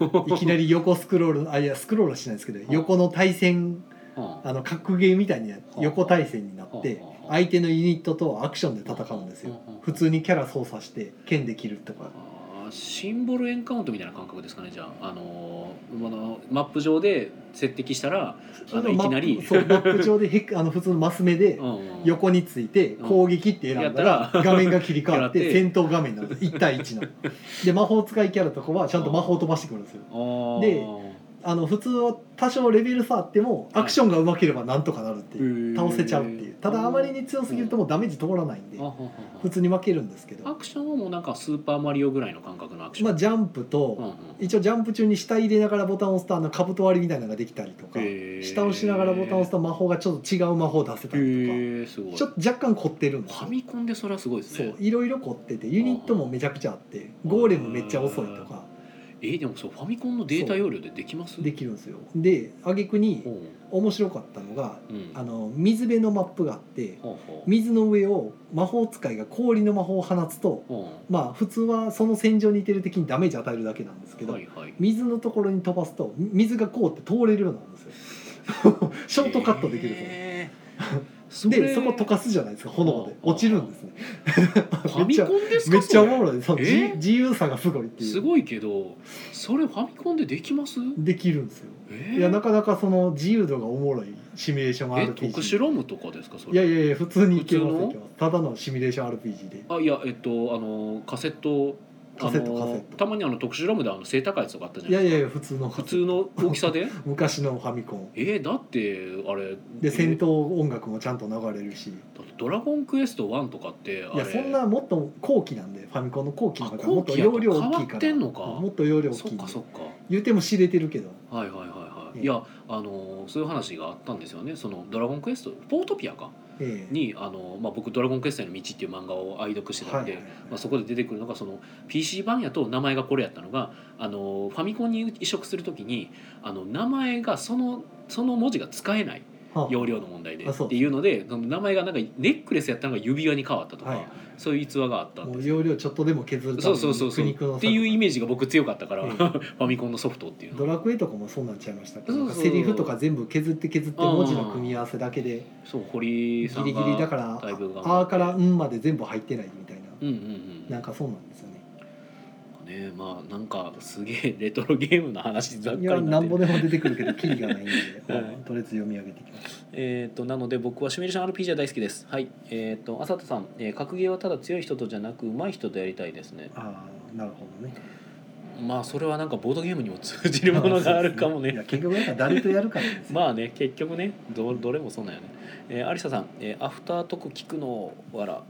うんほういきなり横スクロールあいやスクロールはしないですけどん横の対戦うんあの格ゲーみたいに横対戦になってうん相手のユニットとアクションで戦うんですようんうん普通にキャラ操作して剣で切るとかあーシンボルエンカウントみたいな感覚ですかねじゃあ、あのーあのマップ上で接敵したら、あのいきなりマップそうマップ上でへあの普通のマス目でうんうん横について攻撃って選んだやらったら画面が切り替わっやてって戦闘画面なんです1対1ので魔法使いキャラとかはちゃんと魔法飛ばしてくるんですよあーであの普通は多少レベル差あってもアクションがうまければなんとかなるっていうへー倒せちゃうっていうただあまりに強すぎるともうダメージ通らないんであははは普通に負けるんですけどアクションはもうなんかスーパーマリオぐらいの感覚のアクション、まあジャンプうんとうん一応ジャンプ中に下入れながらボタンを押すとあのカブト割りみたいなのができたりとかへー下を押しながらボタンを押すと魔法がちょっと違う魔法出せたりとかへえすごいちょっと若干凝ってるんですファよミコンでそれはすごいですそねういろいろ凝っててユニットもめちゃくちゃあってゴーレムめっちゃ遅いとかえーでもそうファミコンのデータ容量でできますできるんですよで挙ほ句にう面白かったのがうんあの水辺のマップがあってほうほう水の上を魔法使いが氷の魔法を放つとほまあ普通はその戦場にいてる敵にダメージ与えるだけなんですけうどはいはい水のところに飛ばすと水がこうって通れるようになる *laughs* んですよショートカットできるんですよ *laughs* へーでそこ溶かすじゃないですか炎でああ落ちるんですねファめっミちコゃンですかめっちゃおそれもろいそうえじ自由さがすごいっていうすごいけどそれファミコンでできますできるんですよえーいやなかなかその自由度がおもろいシミュレーションえ RPG 特殊ロムとかですかそれいやいやいや普通にいけます普通のいけますただのシミュレーション RPG であいやえっとあのカセットあのカセットカセットたまにあの特殊ロムであの背高いやつとかあったじゃいなやいでいすやかいや普通の普通の大きさ *laughs* で昔のファミコンえー、だってあれで戦え闘音楽もちゃんと流れるしーだってドラゴンクエスト1とかってあれいやそんなもっと後期なんでファミコンの後期の方あがもっと容量大きい後期やと変わかっらてんのかもっと容量大そきっいかそっか言うても知れてるけどはいはいはいはい、ええいやあのそういう話があったんですよねその「ドラゴンクエスト」「ポートピアか」ええにあの、まあ、僕「ドラゴンクエストへの道」っていう漫画を愛読してたはんいで、まあ、そこで出てくるのがその PC 版やと名前がこれやったのがあのファミコンに移植するときにあの名前がそのその文字が使えないは容量の問題であそうっていうのでその名前がなんかネックレスやったのが指輪に変わったとか、はいそういう逸話があったんもでうす容量ちょっとでも削るたそめうそうそうにそ苦う肉のっ策ていうイメージが僕強かったから、ええ *laughs* ファミコンのソフトっていうのドはラクエとかもそうなんちゃいましたっけそうそうなんかセリフとか全部削って削って文字の組み合わせだけでそうギ堀さんがリギリだからだいぶ頑張っ「てあ」あから「うん」まで全部入ってないみたいなうんうんうんなんかそうなんですよねねまあなんかすげえレトロゲームの話ばっいかやりにななっんてる、ぼでも出てくるけどキリがないんで *laughs* まあはいとりあえず読み上げていきますえー、となので僕はシミュレーション RPG は大好きです。はい。えっ、と、あさとさん、えー格ゲーはただ強い人とじゃなく、上手い人とやりたいですね。ああなるほどねまあ、それはなんかボードゲームにも通じるものがあるかもいやね。*laughs* 結局なんか誰とやるかなんですよまあね、結局ね、どどれもそうなんよね。えー、アリサさん、えーアフタートーク聞くのをわら、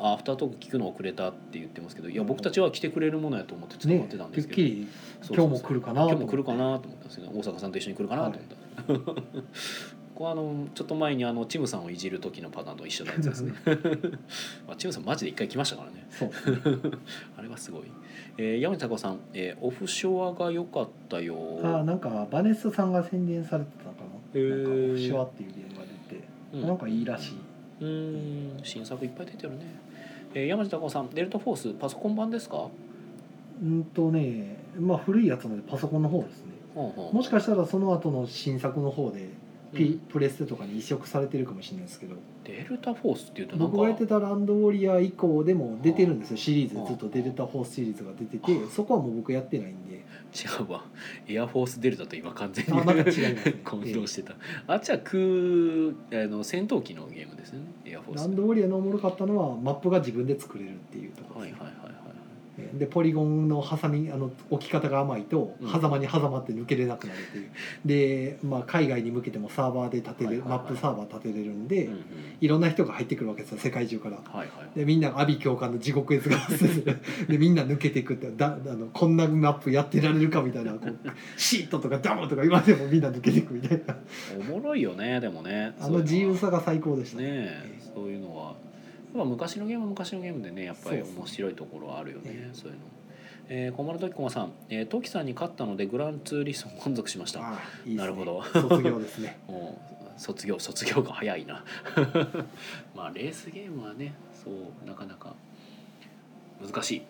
あアフタートーク聞くの遅れたって言ってますけど、いや、僕たちは来てくれるものやと思って、ちょっと待ねってたんてでっすけど。きりそうそう今そう日も来るかな今日もと思って *laughs* 来るかなと思ったんですけど大阪さんと一緒に来るかなと思った、こはあのちょっと前にあのチムさんをいじる時のパターンと一緒のやつ *laughs* ですねまあチムさんマジで一回来ましたからねそうあれはすごい、えー、山下孝さん、えーオフショアが良かったよあーなんかバネスさんが宣伝されてたのかなへーなんかオフシュワっていうゲームが出て、うんなんかいいらしいうーん新作いっぱい出てるね、えー、山下孝さんデルタフォースパソコン版ですか、うんとねまあ古いやつなのでパソコンの方ですねほうほうもしかしたらその後の新作の方で、う P んプレステとかに移植されてるかもしれないですけどデルタフォースっていうとなんか僕がやってた「ランドウォリア」以降でも出てるんですよシリーズずっとデルタフォースシリーズが出ててあそこはもう僕やってないんで違うわエアフォースデルタと今完全にあなんか違い *laughs* ますね混同してた、あっちは空あの戦闘機のゲームですよねエアフォースランドウォリアのおもろかったのはマップが自分で作れるっていうところはでいすはねいはいはいえーでポリゴンのハサミあの置き方が甘いとうん狭間に狭間って抜けれなくなるっ *laughs* ていう、で、まあ、海外に向けてもサーバーで立てはいるはいマはいップサーバー立てれるんで、うんうんいろんな人が入ってくるわけですよ世界中から。はいはいでみんなが阿鼻教官の地獄絵図が発生する *laughs* でみんな抜けていくってだあのこんなマップやってられるかみたいなこうシートとかダムとか言われてもみんな抜けていくみたいなおもろいよねでもねあの自由ささが最高でしたねええそういうのはやっぱ昔のゲームは昔のゲームでねやっぱり面白いところはあるよねえそういうの。えー、小丸時駒さん、えー、トキさんに勝ったのでグランツーリスモ満足しましたああいいですねなるほど卒業ですねもう卒業卒業が早いな *laughs* まあレースゲームはねそうなかなか難しい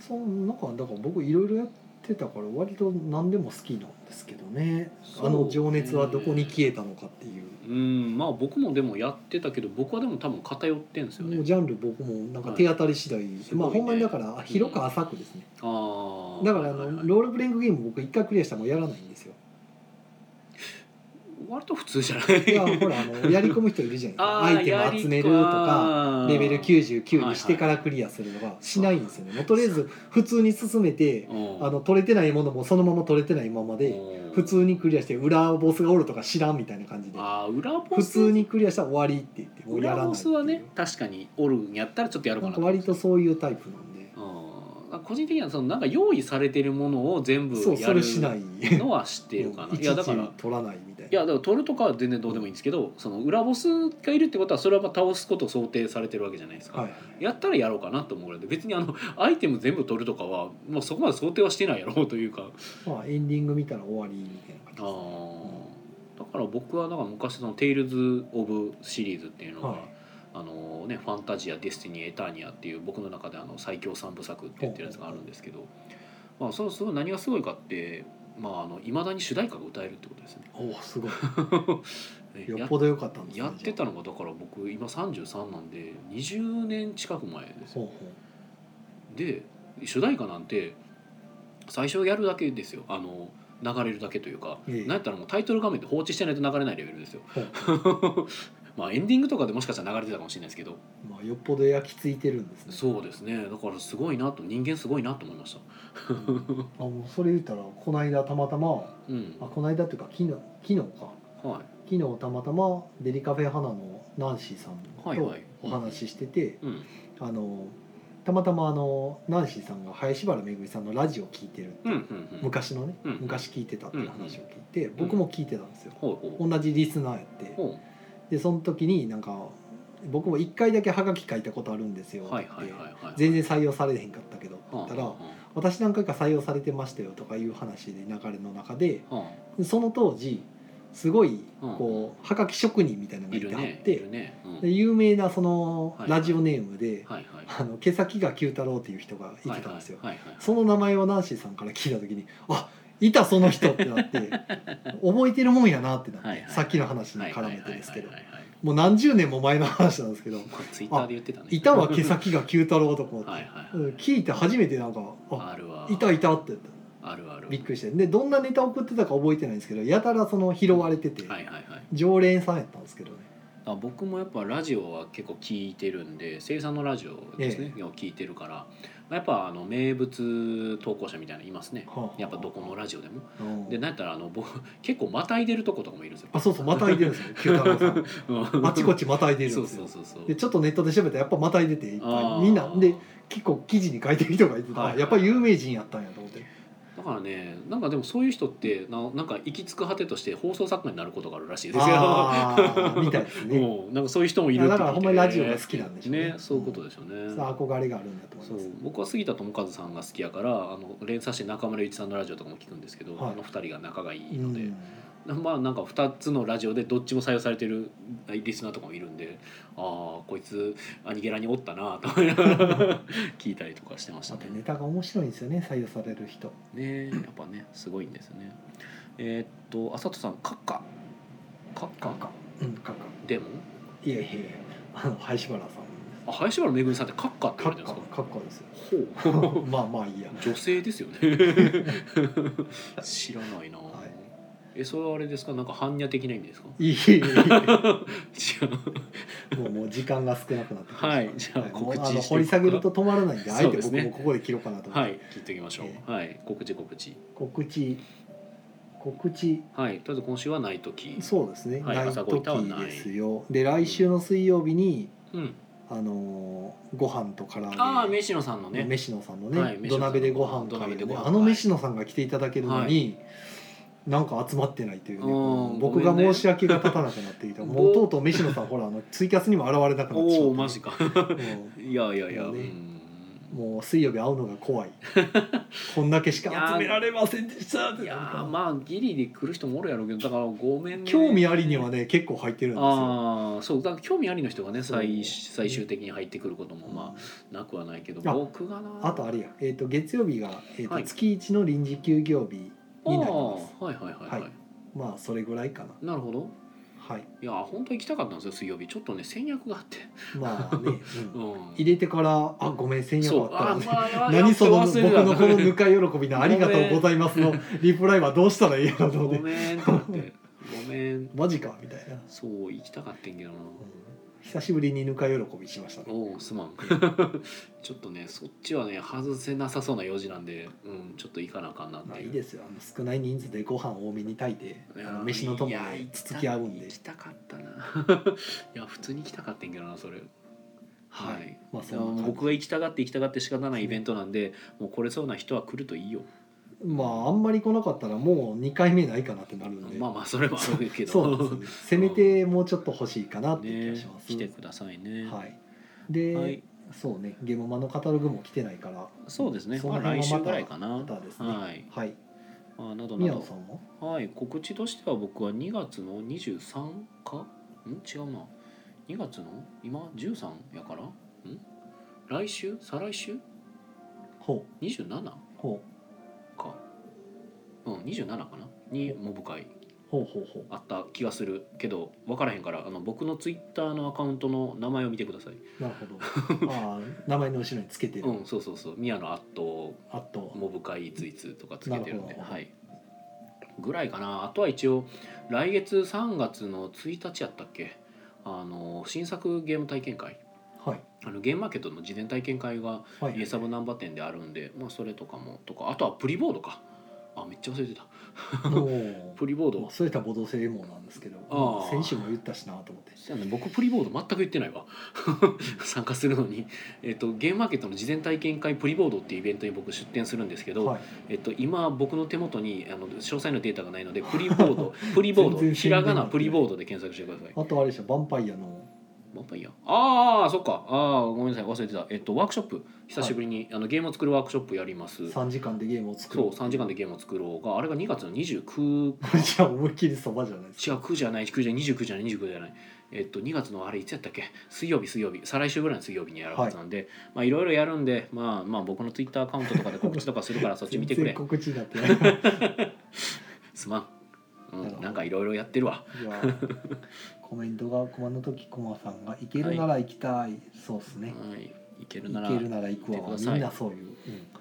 そうなんかだから僕いろいろやってたから割と何でも好きなんですけどねそうあの情熱はどこに消えたのかっていううんまあ僕もでもやってたけど僕はでも多分偏ってんですよもうねジャンル僕もなんか手当たり次第、すごいまあねほんまにだから広く浅くですね、ああだからあはいはのいロールプレイングゲーム僕一回クリアしたらもうやらない *laughs* んですよ割と普通じゃないいや *laughs* ほらあのやり込む人いるじゃないですかアイテム集めるとかレベル99にしてからクリアするのはしないんですよねもうとりあえず普通に進めてああの取れてないものもそのまま取れてないままで普通にクリアして裏ボスがおるとか知らんみたいな感じであー裏ボ普ス通にクリアしたら終わりって言ってもうやらな裏いボスはっていうね確かにおるんやったらちょっとやろうなかんなか割とそういうタイプなんでうん個人的にはそのなんか用意されてるものを全部そうやそるれしないのは知って *laughs* るかなうんいやだからいちいち取らないみたいいなやだから取るとかは全然どうでもいいんですけどその裏ボスがいるってことはそれはまあ倒すことを想定されてるわけじゃないですか、はいやったらやろうかなと思うので別にあのアイテム全部取るとかはもうそこまで想定はしてないやろうというかまあエンディング見たら終わりみたいな感あじですねーだから僕はだから昔その「テイルズ・オブ」シリーズっていうのが、はいあのね「ファンタジア・ディスティニー・エターニア」っていう僕の中であの最強三部作って言ってるやつがあるんですけど、まあ、そのその何がすごいかってまああの未だに主題歌が歌えるってことですね。おおすごいね *laughs* よっぽど良かったんですねやってたのがだから僕今33なんで20年近く前ですほうほで主題歌なんて最初やるだけですよあの流れるだけというか、えなえんやったらもうタイトル画面で放置してないと流れないレベルですようほう *laughs* まあエンディングとかでもしかしたら流れてたかもしれないですけどまあよっぽど焼き付いてるんですねそうですねだからすごいなと人間すごいなと思いましたあもうそれ言ったらこの間たまたまうんあこの間っていうか昨日昨日かは昨日たまたまデリカフェ花のナンシーさんはいとはいお話ししてていうんあのたまたまあのナンシーさんが林原めぐみさんのラジオ聞いてるうんうんうん昔のねうん昔聞いてたっていう話を聞いてん僕も聞いてたんですよほうほう同じリスナーやってほでその時になんか僕も1回だけハガキ書いたことあるんですようってはい言っはいはいてはい全然採用されへんかったけどって言はったあらは私何回か採用されてましたよとかいう話で流れの中であはその当時すごいうんこうはがき職人みたいなのあがいいるてはっねいてるねうんで有名なそのはいラジオネームではいはいあの毛先が九太郎っていう人がいてたんですよはいはいはいはいその名前をナンシーさんから聞いた時にあいたその人ってなって *laughs* 覚えてるもんやなってなはっいてはいさっきの話にはい絡めてですけどはいはいはいはいはいもう何十年も前の話なんで *laughs* すけどまあツイッターで言ってたねいたは毛先が九太郎とか思ってはいはいうん聞いて初めてなんかああるわいたいたってあるあるびっくりしてでどんなネタ送ってたか覚えてないんですけどやたらその拾われてて、はいはいはい常連さんやったんですけどねあ僕もやっぱラジオは結構聞いてるんで生産のラジオですね、を聞いてるからまあやっぱあの名物投稿者みたいなのいますねはあやっぱどこのラジオでもうんでなんやったらあの僕 *laughs* 結構またいでるとことかもいるんですよあそうそうまたいでるんですよ九太郎さ *laughs* んうんあちこちまたいでるそんうですそようそうそうでちょっとネットで調べたらやっぱまたいでていっぱあいーみんなで結構記事に書いてる人がいてて、はいあやっぱり有名人やったんやと思ってだかからねなんかでもそういう人ってななんか行き着く果てとして放送作家になることがあるらしいですよ。あーみたいです *laughs* ねもうなんかそういう人もいるだからほんまにラジオが好きなんでしょうねねそういうことでしょうね。そう憧れがあるんだと思いそうます僕は杉田智和さんが好きやからあの連鎖して中村祐一さんのラジオとかも聞くんですけど、はいあの二人が仲がいいうので、んまあなんか2つのラジオでどっちも採用されてるリスナーとかもいるんでああこいつアニゲラにおったなと思いながら聞いたりとかしてましたまね *laughs* た。ネタが面白いんですよね採用される人ねやっぱねすごいんですよね。えーっとあさとさん「カッカ」「カッカ」うんかかでもいやいやいやあの林原さんあ林原めぐみさんって「カッカ」って言かわれってるこんでかっこいいですよ *laughs* すかほうまあまあいいや女性ですよ *laughs* ね知らないな、はいえそれはあれですかなんか般若的な意味 *laughs* ですかいいいいいい違うもうもう時間が少なくなってきましたはいじゃあもう告知あのして掘り下げると止まらないんであえそうてです僕ねもここで切ろうかなと思って、はい聞いておきましょう、えはい告知告知告知告知はいとりあえず今週はない時そうですね、はいない朝ごい時たはないですよで来週の水曜日に、うんあのーご飯と唐揚げああ飯野さんのね飯野さんのね、はい飯野さ土んの鍋でご飯土会鍋でで、ご飯ね、会あの飯野さんが来ていただけるのに、なんか集まってないというねうんこのごめん僕ねが申し訳が立たなくなってい *laughs* た、もうとうとう飯野さんほらあのツイキャスにも現れなくなってしおおまマってジか *laughs* もいやいやいや、もうねうんうもう水曜日会うのが怖いこんだけしか集められませんでしたっていやなんーかまあギリで来る人もおるやろうけどだからごめんね興味ありにはね結構入ってるんですよああそうだから興味ありの人がねそう最最終的に入ってくることもまあなくはないけどあ僕がなあとあれや、えー、と月曜日が、えーとはい月1の臨時休業日になりますあーはいはいはいはい、はまあそれぐらいかななるほどはいいやー本当は行きたかったんですよ水曜日ちょっとね戦略があって、まあ *laughs* ね、ううんん、入れてから「あごめん1000そ円うああっーた」まあ何そのやっ僕て忘れたのこのぬか喜びの「ありがとうございま *laughs* す」のリプライはどうしたらいいやろうご *laughs* ねめんってなってごめんマジかみたいな、うんそう行きたかったんけどな久しぶりにぬか喜びしましたねおおすまん *laughs* ちょっとねそっちはね外せなさそうな用事なんで、うん、ちょっと行かなあかんなっまあていいういですよあの少ない人数でご飯多めに炊いていやあの飯の友いやでつつき合うんで行きたかったな *laughs* いや普通に行きたかったんやけどなそれは、はいいまあそでもんな僕僕が行きたがって行きたがって仕方ないイベントなんでもう来れそうな人は来るといいよまああんまり来なかったらもう2回目ないかなってなるんでまあまあそれもあるけどそうなんですよねせめてもうちょっと欲しいかなっていうね気がします、来てくださいねはいで、はいそうねゲームマのカタログも来てないからそうですねそまのあ辺は来ま週たぐらいかなまたですねはいはいまあなどな宮野どさんもはい告知としては僕は2月の23かん違うな2月の今13やからん来週再来週ほ 27? うほかうん27かなにモブ会うほうほうほうあった気がするけど分からへんからあの僕のツイッターのアカウントの名前を見てくださいなる *laughs* ほどああ名前の後ろにつけてる、うんそうそうそう宮野アットあとモブ会ツイツとかつけてるんでなるほどはいぐらいかなあとは一応来月3月の1日やったっけあの新作ゲーム体験会はいあのゲームマーケットの事前体験会がはいイエサブ難波店であるんで、まあ、それとかもとかあとはプリボードかあめっちゃ忘れてたもうプリボーまドあそういったボドセレモンなんですけどああ先週も言ったしなと思ってそうやね僕プリボード全く言ってないわ *laughs* 参加するのに、えっと、ゲームマーケットの事前体験会プリボードっていうイベントに僕出店するんですけど、はいえっと、今僕の手元にあの詳細なデータがないの *laughs* でプリボードプリボー全ド然ひらがなプリボードで検索してください。あとあれでしょヴァンパイアのまあ、いいやああそっかああごめんなさい忘れてた、えっと、ワークショップ久しぶりに、あのゲームを作るワークショップやります。 3時間でゲームを作そるう3時間でゲームを作ろうがあれが2月の29 *laughs* じゃあ思いっきりそばじゃないです違う9じゃない9じゃない29じゃない29じゃないえっと2月のあれいつやったっけ水曜日水曜日再来週ぐらいの水曜日にやるはずなんで、まあいろいろやるんでまあまあ僕のツイッターアカウントとかで告知とかするからそっち見てくれ全然告知になってないい *laughs* やすまん、うなるほん、どなんかいろいろやってるわコメントが駒の時駒さんが「行けるなら行きたい」そうっすねはいいけ「るな行らけるなら行く行ってわ」くださいみんなそういううんい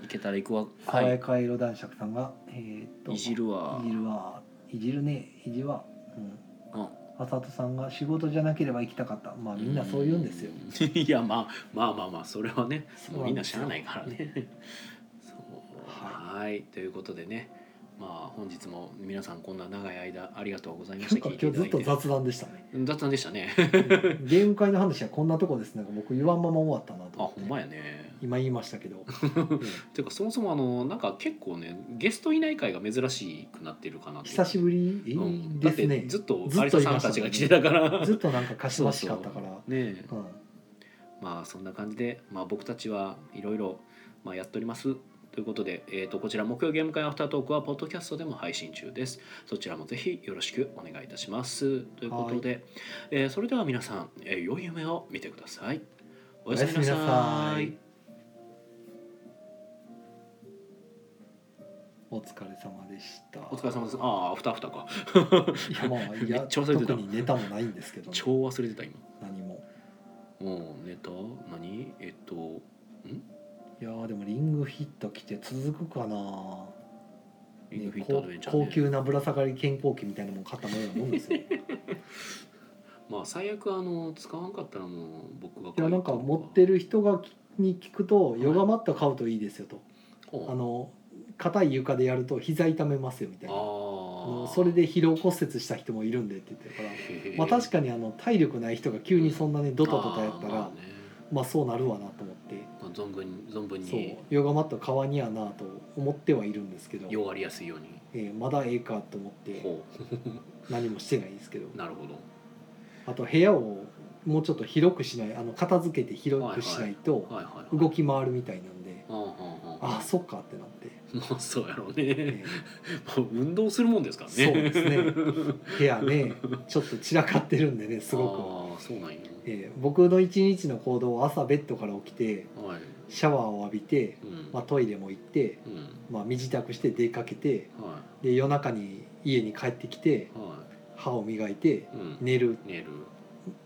けたら行くわ爽はやいか色男爵さんが、えーっといじるわいじるわいじるねいじはうんうんあさとさんが仕事じゃなければ行きたかったまあみんなそう言うんですよ *laughs* いやまあまあまあまあそれはねそうもうなみんんなです知よらないからね *laughs* そうははいということでねまあ本日も皆さんこんな長い間ありがとうございましたなんか聞いていただ今日ずっいとて雑談でしたね雑 *laughs* 談でしたねゲーム会の話はこんなとこですなんか僕言わんまま終わったなあとほんまやね今言いましたけど、 *laughs* ねていうかそもそもあのなんか結構ねゲストいない回が珍しくなってるかなっていう久しぶりうんだでっすてね、ずっとずアっリとサいさんましたたもんねちが来てたからずっとなんか貸し出しかったからねえうんまあそんな感じで、まあ、僕たちはいろいろまあやっておりますということで、えー、とこちら木曜ゲーム会アフタートークはポッドキャストでも配信中ですそちらもぜひよろしくお願いいたしますということで、えーそれでは皆さん、えー良い夢を見てくださいおやすみなさいお疲れ様でしたお疲れ様ですああアフターアフターかいやまあいめやっちゃ忘れてた特にネタもないんですけどね、超忘れてた今何ももうネタ何えっといやーでもリングフィット来て続くかな、リングフィッねトアドこベンうチャー、ね高級なぶら下がり健康器みたいなもん買ったもんなも *laughs* んですよいまあ最悪あの使わんかったらもう僕が買いやになん行くかと持ってる人がに聞くとヨガマット買うといいですよと、ほうあの硬い床でやると膝痛めますよみたいなああのあそれで疲労骨折した人もいるんでって言ってるからまあ確か確かにあの体力ない人が急にそんなねドタドタやったらままあねあ、そうなるわなと思ってまあ、存分に存分そうにヨガマット革にはなと思ってはいるんですけど、弱りやすいようにえーまだええかと思ってほ何もしてないんですけどうなるほどあと部屋をもうちょっと広くしないあの片付けて広くしないとはいはいはい動き回るみたいなんで、はあはあはああそっかってなって、あまあそうやろうね *laughs* えまあ運動するもんですからねそうですね部屋ねちょっと散らかってるんでねすごく。ああそうなんやえー僕の一日の行動は朝ベッドから起きてはいシャワーを浴びて、うんまあ、トイレも行って、うんまあ、身支度して出かけてはで夜中に家に帰ってきていは歯を磨いていうん寝る寝る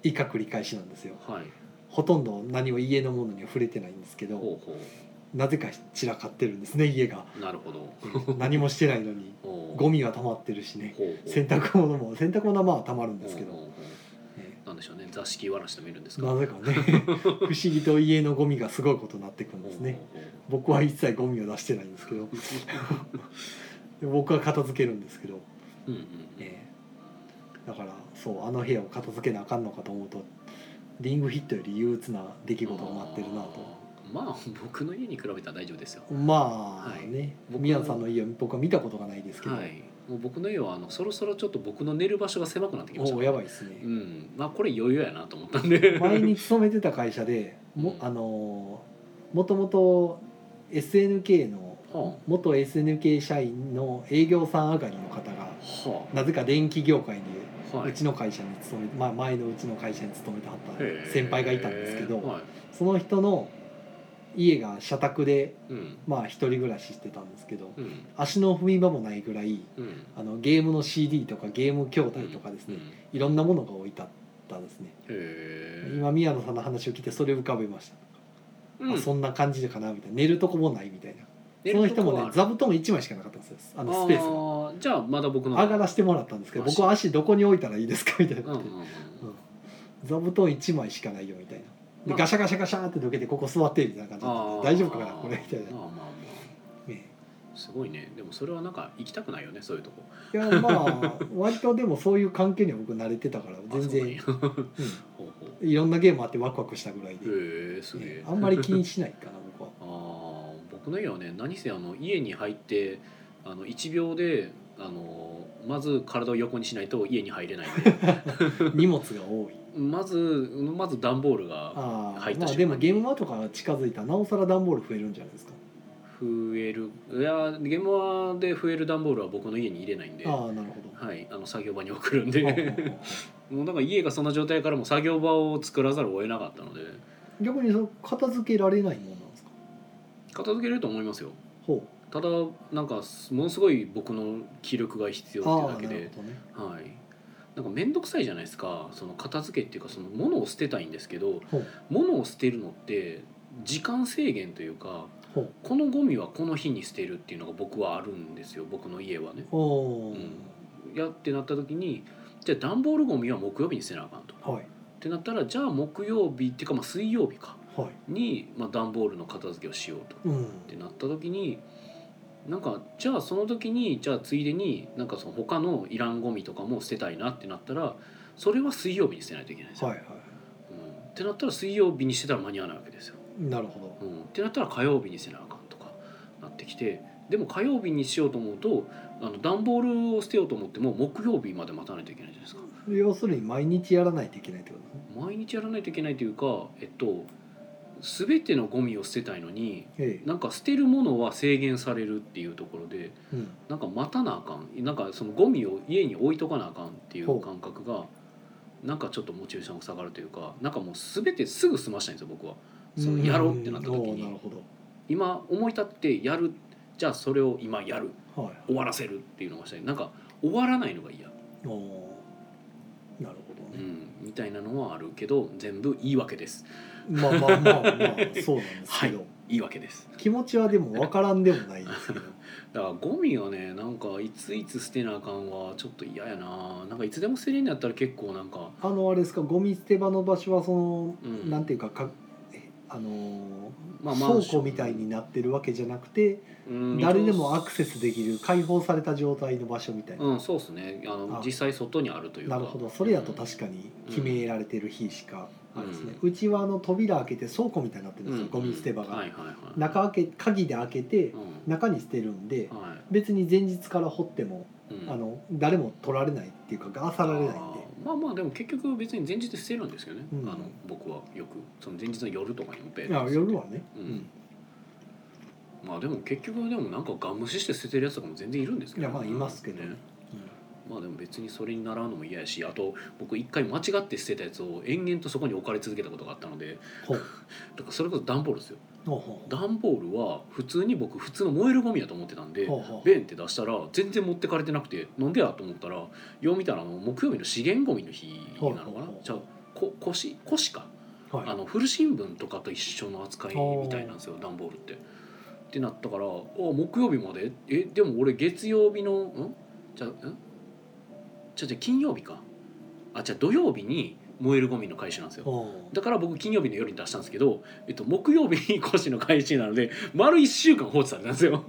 以下繰り返しなんですよはいほとんど何も家のものには触れてないんですけどほうほなぜか散らかってるんですね家 *laughs* がうなるほど何もしてないのにほうゴミは溜まってるしねほうほう洗濯物も洗濯物はまあ溜まるんですけほうど、ほうほえうなんでしょうね座敷わらしでもいるんですーかなぜか *laughs* ね不思議と家のゴミがすごいことになってくるんですねほうほうほう僕は一切ゴミを出してないんで *laughs* すけどで僕は片付けるんですけど、うんうんうんええだからそうあの部屋を片付けなあかんのかと思うとリングヒットより憂鬱な出来事が待ってるなとあーまあ僕の家に比べたら大丈夫ですよまはあいね、僕宮野さんの家は僕は見たことがないですけど、はいもう僕の家はあのそろそろちょっと僕の寝る場所が狭くなってきましたもうやばいですうねんまあこれ余裕やなと思ったんで前に勤めてた会社でも,、うんあのーもともと SNK のは元 SNK 社員の営業さん上がりの方があはなぜか電気業界にあはういちの会社に勤め、まあ、前のうちの会社に勤めてはっへーた *laughs* 先輩がいたんですけど、はいその人の家が社宅でうんまあ一人暮らししてたんですけどうん足の踏み場もないぐらいうんあのゲームの CD とかゲーム筐体とかですね、うんいろんなものが置いてあったんですねへえ今宮野さんの話を聞いてそれを浮かべました、あそんな感じかなみたいな寝るとこもないみたいなその人もね座布団1枚しかなかったんですよああのスペースがーじゃあまだ僕の上がらせてもらったんですけど僕は足どこに置いたらいいですかみたいなうんうんうん座布団1枚しかないよみたいなでまあガシャガシャガシャってどけてここ座ってみたいな感じだったんあでー大丈夫かなこれみたいな、まあまあまねあすごいねでもそれはなんか行きたくないよねそういうとこいやまあ *laughs* 割とでもそういう環境には僕慣れてたからあ全そ然うなんやう *laughs* ほうほうんいろんなゲームあってワクワクしたぐらいで、へえすげえ、ねあんまり気にしないかな *laughs* 僕はあー僕の家はね何せあの家に入ってあの1秒であのまず体を横にしないと家に入れないんで荷物が多い *laughs* まずまず段ボールがあ入あったま瞬間あにでもゲームマとかが近づいたらなおさら段ボール増えるんじゃないですか増えるいやゲームはで増える段ボールは僕の家に入れないんで。ああなるほどはい、あの作業場に送るんほうほうで *laughs* ほもうなんか家がそんな状態からもう作業場を作らざるを得なかったのでう逆にその片付けられないものなんですか片付けれると思いますよほただなんかものすごい僕の気力が必要うってあいうあだなけるほどでねはい、なんか面倒くさいじゃないですかその片付けっていうかその物を捨てたいんですけどほう物を捨てるのって時間制限というかほうこのゴミはこの日に捨てるっていうのが僕はあるんですよ僕の家はね。おーやってなった時にじゃあ段ボールゴミは木曜日に捨てなあかんと。っはいてなったらじゃあ木曜日っていうかまあ水曜日かはいに、まあ、段ボールの片付けをしようと。うんってなった時になんかじゃあその時にじゃあついでになんかその他のいらんゴミとかも捨てたいなってなったらそれは水曜日に捨てないといけないんですよ、はいはいうんってなったら水曜日にしてたら間に合わないわけですよなるほうん、ってなったら火曜日にせなあかんとかなってきてでも火曜日にしようと思うとあの段ボールを捨てようと思っても木曜日まで待たないといけないじゃないですかど要するに毎日やらないといけないってことね毎日やらないといけないというかえっと全てのゴミを捨てたいのにええなんか捨てるものは制限されるっていうところでうんなんか待たなあかんなんかそのゴミを家に置いとかなあかんっていほうう感覚がなんかちょっとモチベーションが下がるというかなんかもう全てすぐ済ましたいんですよ僕は。そのやろうってなった時にうんおーなるほ今思い立ってやるじゃあそれを今やるどはい終わらせるっていうのがしたいなんか終わらないのが嫌、おーなるほうどね、ん、みたいなのはあるけど全部言い訳ですまあまあまあまあそうなんですけど、言い訳です気持ちはでも分からんでもないで *laughs* すけどだからゴミはねなんかいついつ捨てなあかんはちょっと嫌やななんかいつでも捨てれんのやったら結構なんかあのあれですかゴミ捨て場の場所はその、うんなんていうかかえあのーまあ倉庫みたいになってるわけじゃなくて誰でもアクセスできるる解放された状態の場所みたいな、うんそうですねあのあ実際外にあるというかなるほどそれやと確かに決められてる日しかあれですね、うちはあの扉開けて倉庫みたいになってるんですよ、うんゴミ捨て場が、はいはいはい中開け鍵で開けてうん中に捨てるんで、は別に前日から掘っても、いうんあの誰も取られないっていうかが漁られないんであーまあまあでも結局別に前日捨てるんですけどね、うんあの僕はよくその前日の夜とかにもペいや夜はね、ううんんまあでも結局でもなんかガン無視して捨ててるやつとかも全然いるんですけどいやまあいますけどねまあでも別にそれに習うのも嫌やしあと僕一回間違って捨てたやつを延々とそこに置かれ続けたことがあったのでほう *laughs* だからそれこそ段ボールですよほうほう段ボールは普通に僕普通の燃えるゴミやと思ってたんでほうほうベンって出したら全然持ってかれてなくてなんでやと思ったらよう見たらあの木曜日の資源ゴミの日なのかほうほうなほうじゃあこ腰腰かはいあの古新聞とかと一緒の扱いみたいなんですよ段ボールって。ってなったから「あ木曜日までえでも俺月曜日のんじゃあんじゃあじゃあ金曜日かあじゃあ土曜日に燃えるゴミの回収なんですよ。ほうだから僕金曜日の夜に出したんですけど、えっと、木曜日に腰の開始なので丸1週間放置されたんですよ。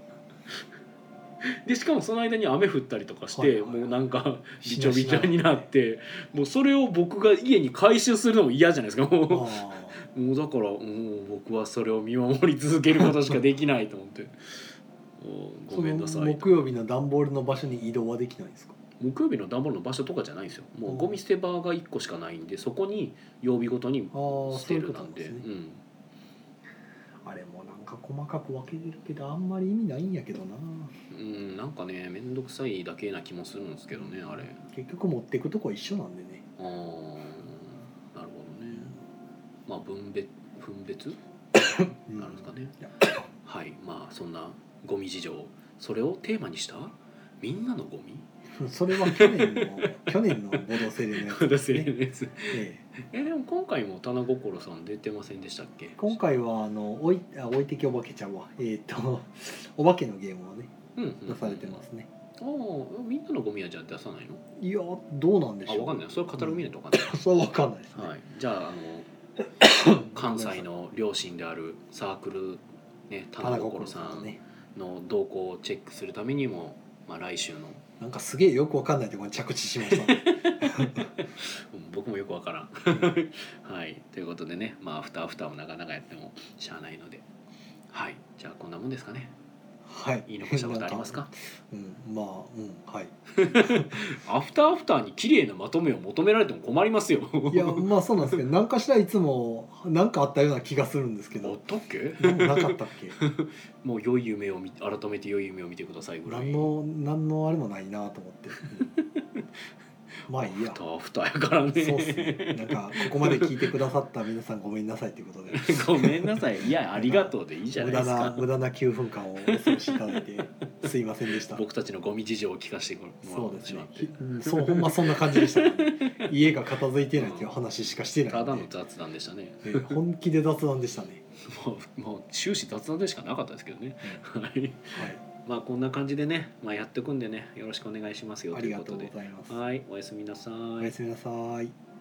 *laughs* でしかもその間に雨降ったりとかして、はいはいもうなんかびしちょなびしちなょになってもうそれを僕が家に回収するのも嫌じゃないですか *laughs* もうあもうだからもう僕はそれを見守り続けることしかできないと思って *laughs* ーおごめんなさそのい木曜日の段ボールの場所に移動はできないんですか木曜日の段ボールの場所とかじゃないんですよもうゴミ捨て場が1個しかないんでそこに曜日ごとにああそ捨ういてうこるとななんんでですねうんあれもなんか細かく分けてるけどあんまり意味ないんやけどなうんなんかね面倒くさいだけな気もするんですけどねあれ結局持ってくとこ一緒なんでねあーなるほどねまあ分別分別うんなんですかねいやはいまあそんなゴミ事情それをテーマにしたみんなのゴミそれは去年の去年のボドセレ *laughs* のやつ出ですせね、るやつええでも今回も棚心さん出てませんでしたっけえ今回はあのおいあ置いてきお化けちゃうわえーっと *laughs* お化けのゲームをねうんうん出されてますねああみんなのゴミはじゃあ出さないのいやどうなんでしあょうわかんないそれ語る見ないとわかんない、 *laughs* そうわかんないですね、 *laughs* はい、じゃああの関西の両親であるサークル、ね、棚花心心ささんのんねの動向をチェックするためにも、まあ、来週のなんかすげえよくわかんないところに着地し *laughs* ましたねうん僕もよくわからん、 *laughs* はい、ということでねまあアフターアフターもなかなかやってもしゃあないのではいじゃあこんなもんですかねはい言い残したことあります *laughs* なかんうんまあう *laughs* んはいアフターアフターに綺麗なまとめを求められても困りますよ *laughs* いやまあそうなんですけど何かしらいつも何かあったような気がするんですけあっどたっけ何もなかったっけもう良い夢を見改めて良い夢を見てくださいぐらい何の何のあれもないなと思 *laughs* って、うんまあいいアやフタそーアフターやからねうっすねなんかここまで聞いてくださった皆さんごめんなさいということで *laughs* ごめんなさいいやありがとうでいいじゃな無いで駄すなか無駄な9分間をお過ごしいただ *laughs* いてすいませんでした僕たちのゴミ事情を聞かせてもらそっうでてすしまねっ。て、ひうんそうほんまそんな感じでしたからね。家が片付いてないっていう話しかしてないたんでだの雑談でしたねえー本気で雑談でし *laughs* たね。もうもう終始雑談でしかなかったですけどねはいはまあこんな感じでね、まあ、やってくんでねよろしくお願いしますよい、あとりいうがこととうでございます。はいおやすみなさおやすみなさい。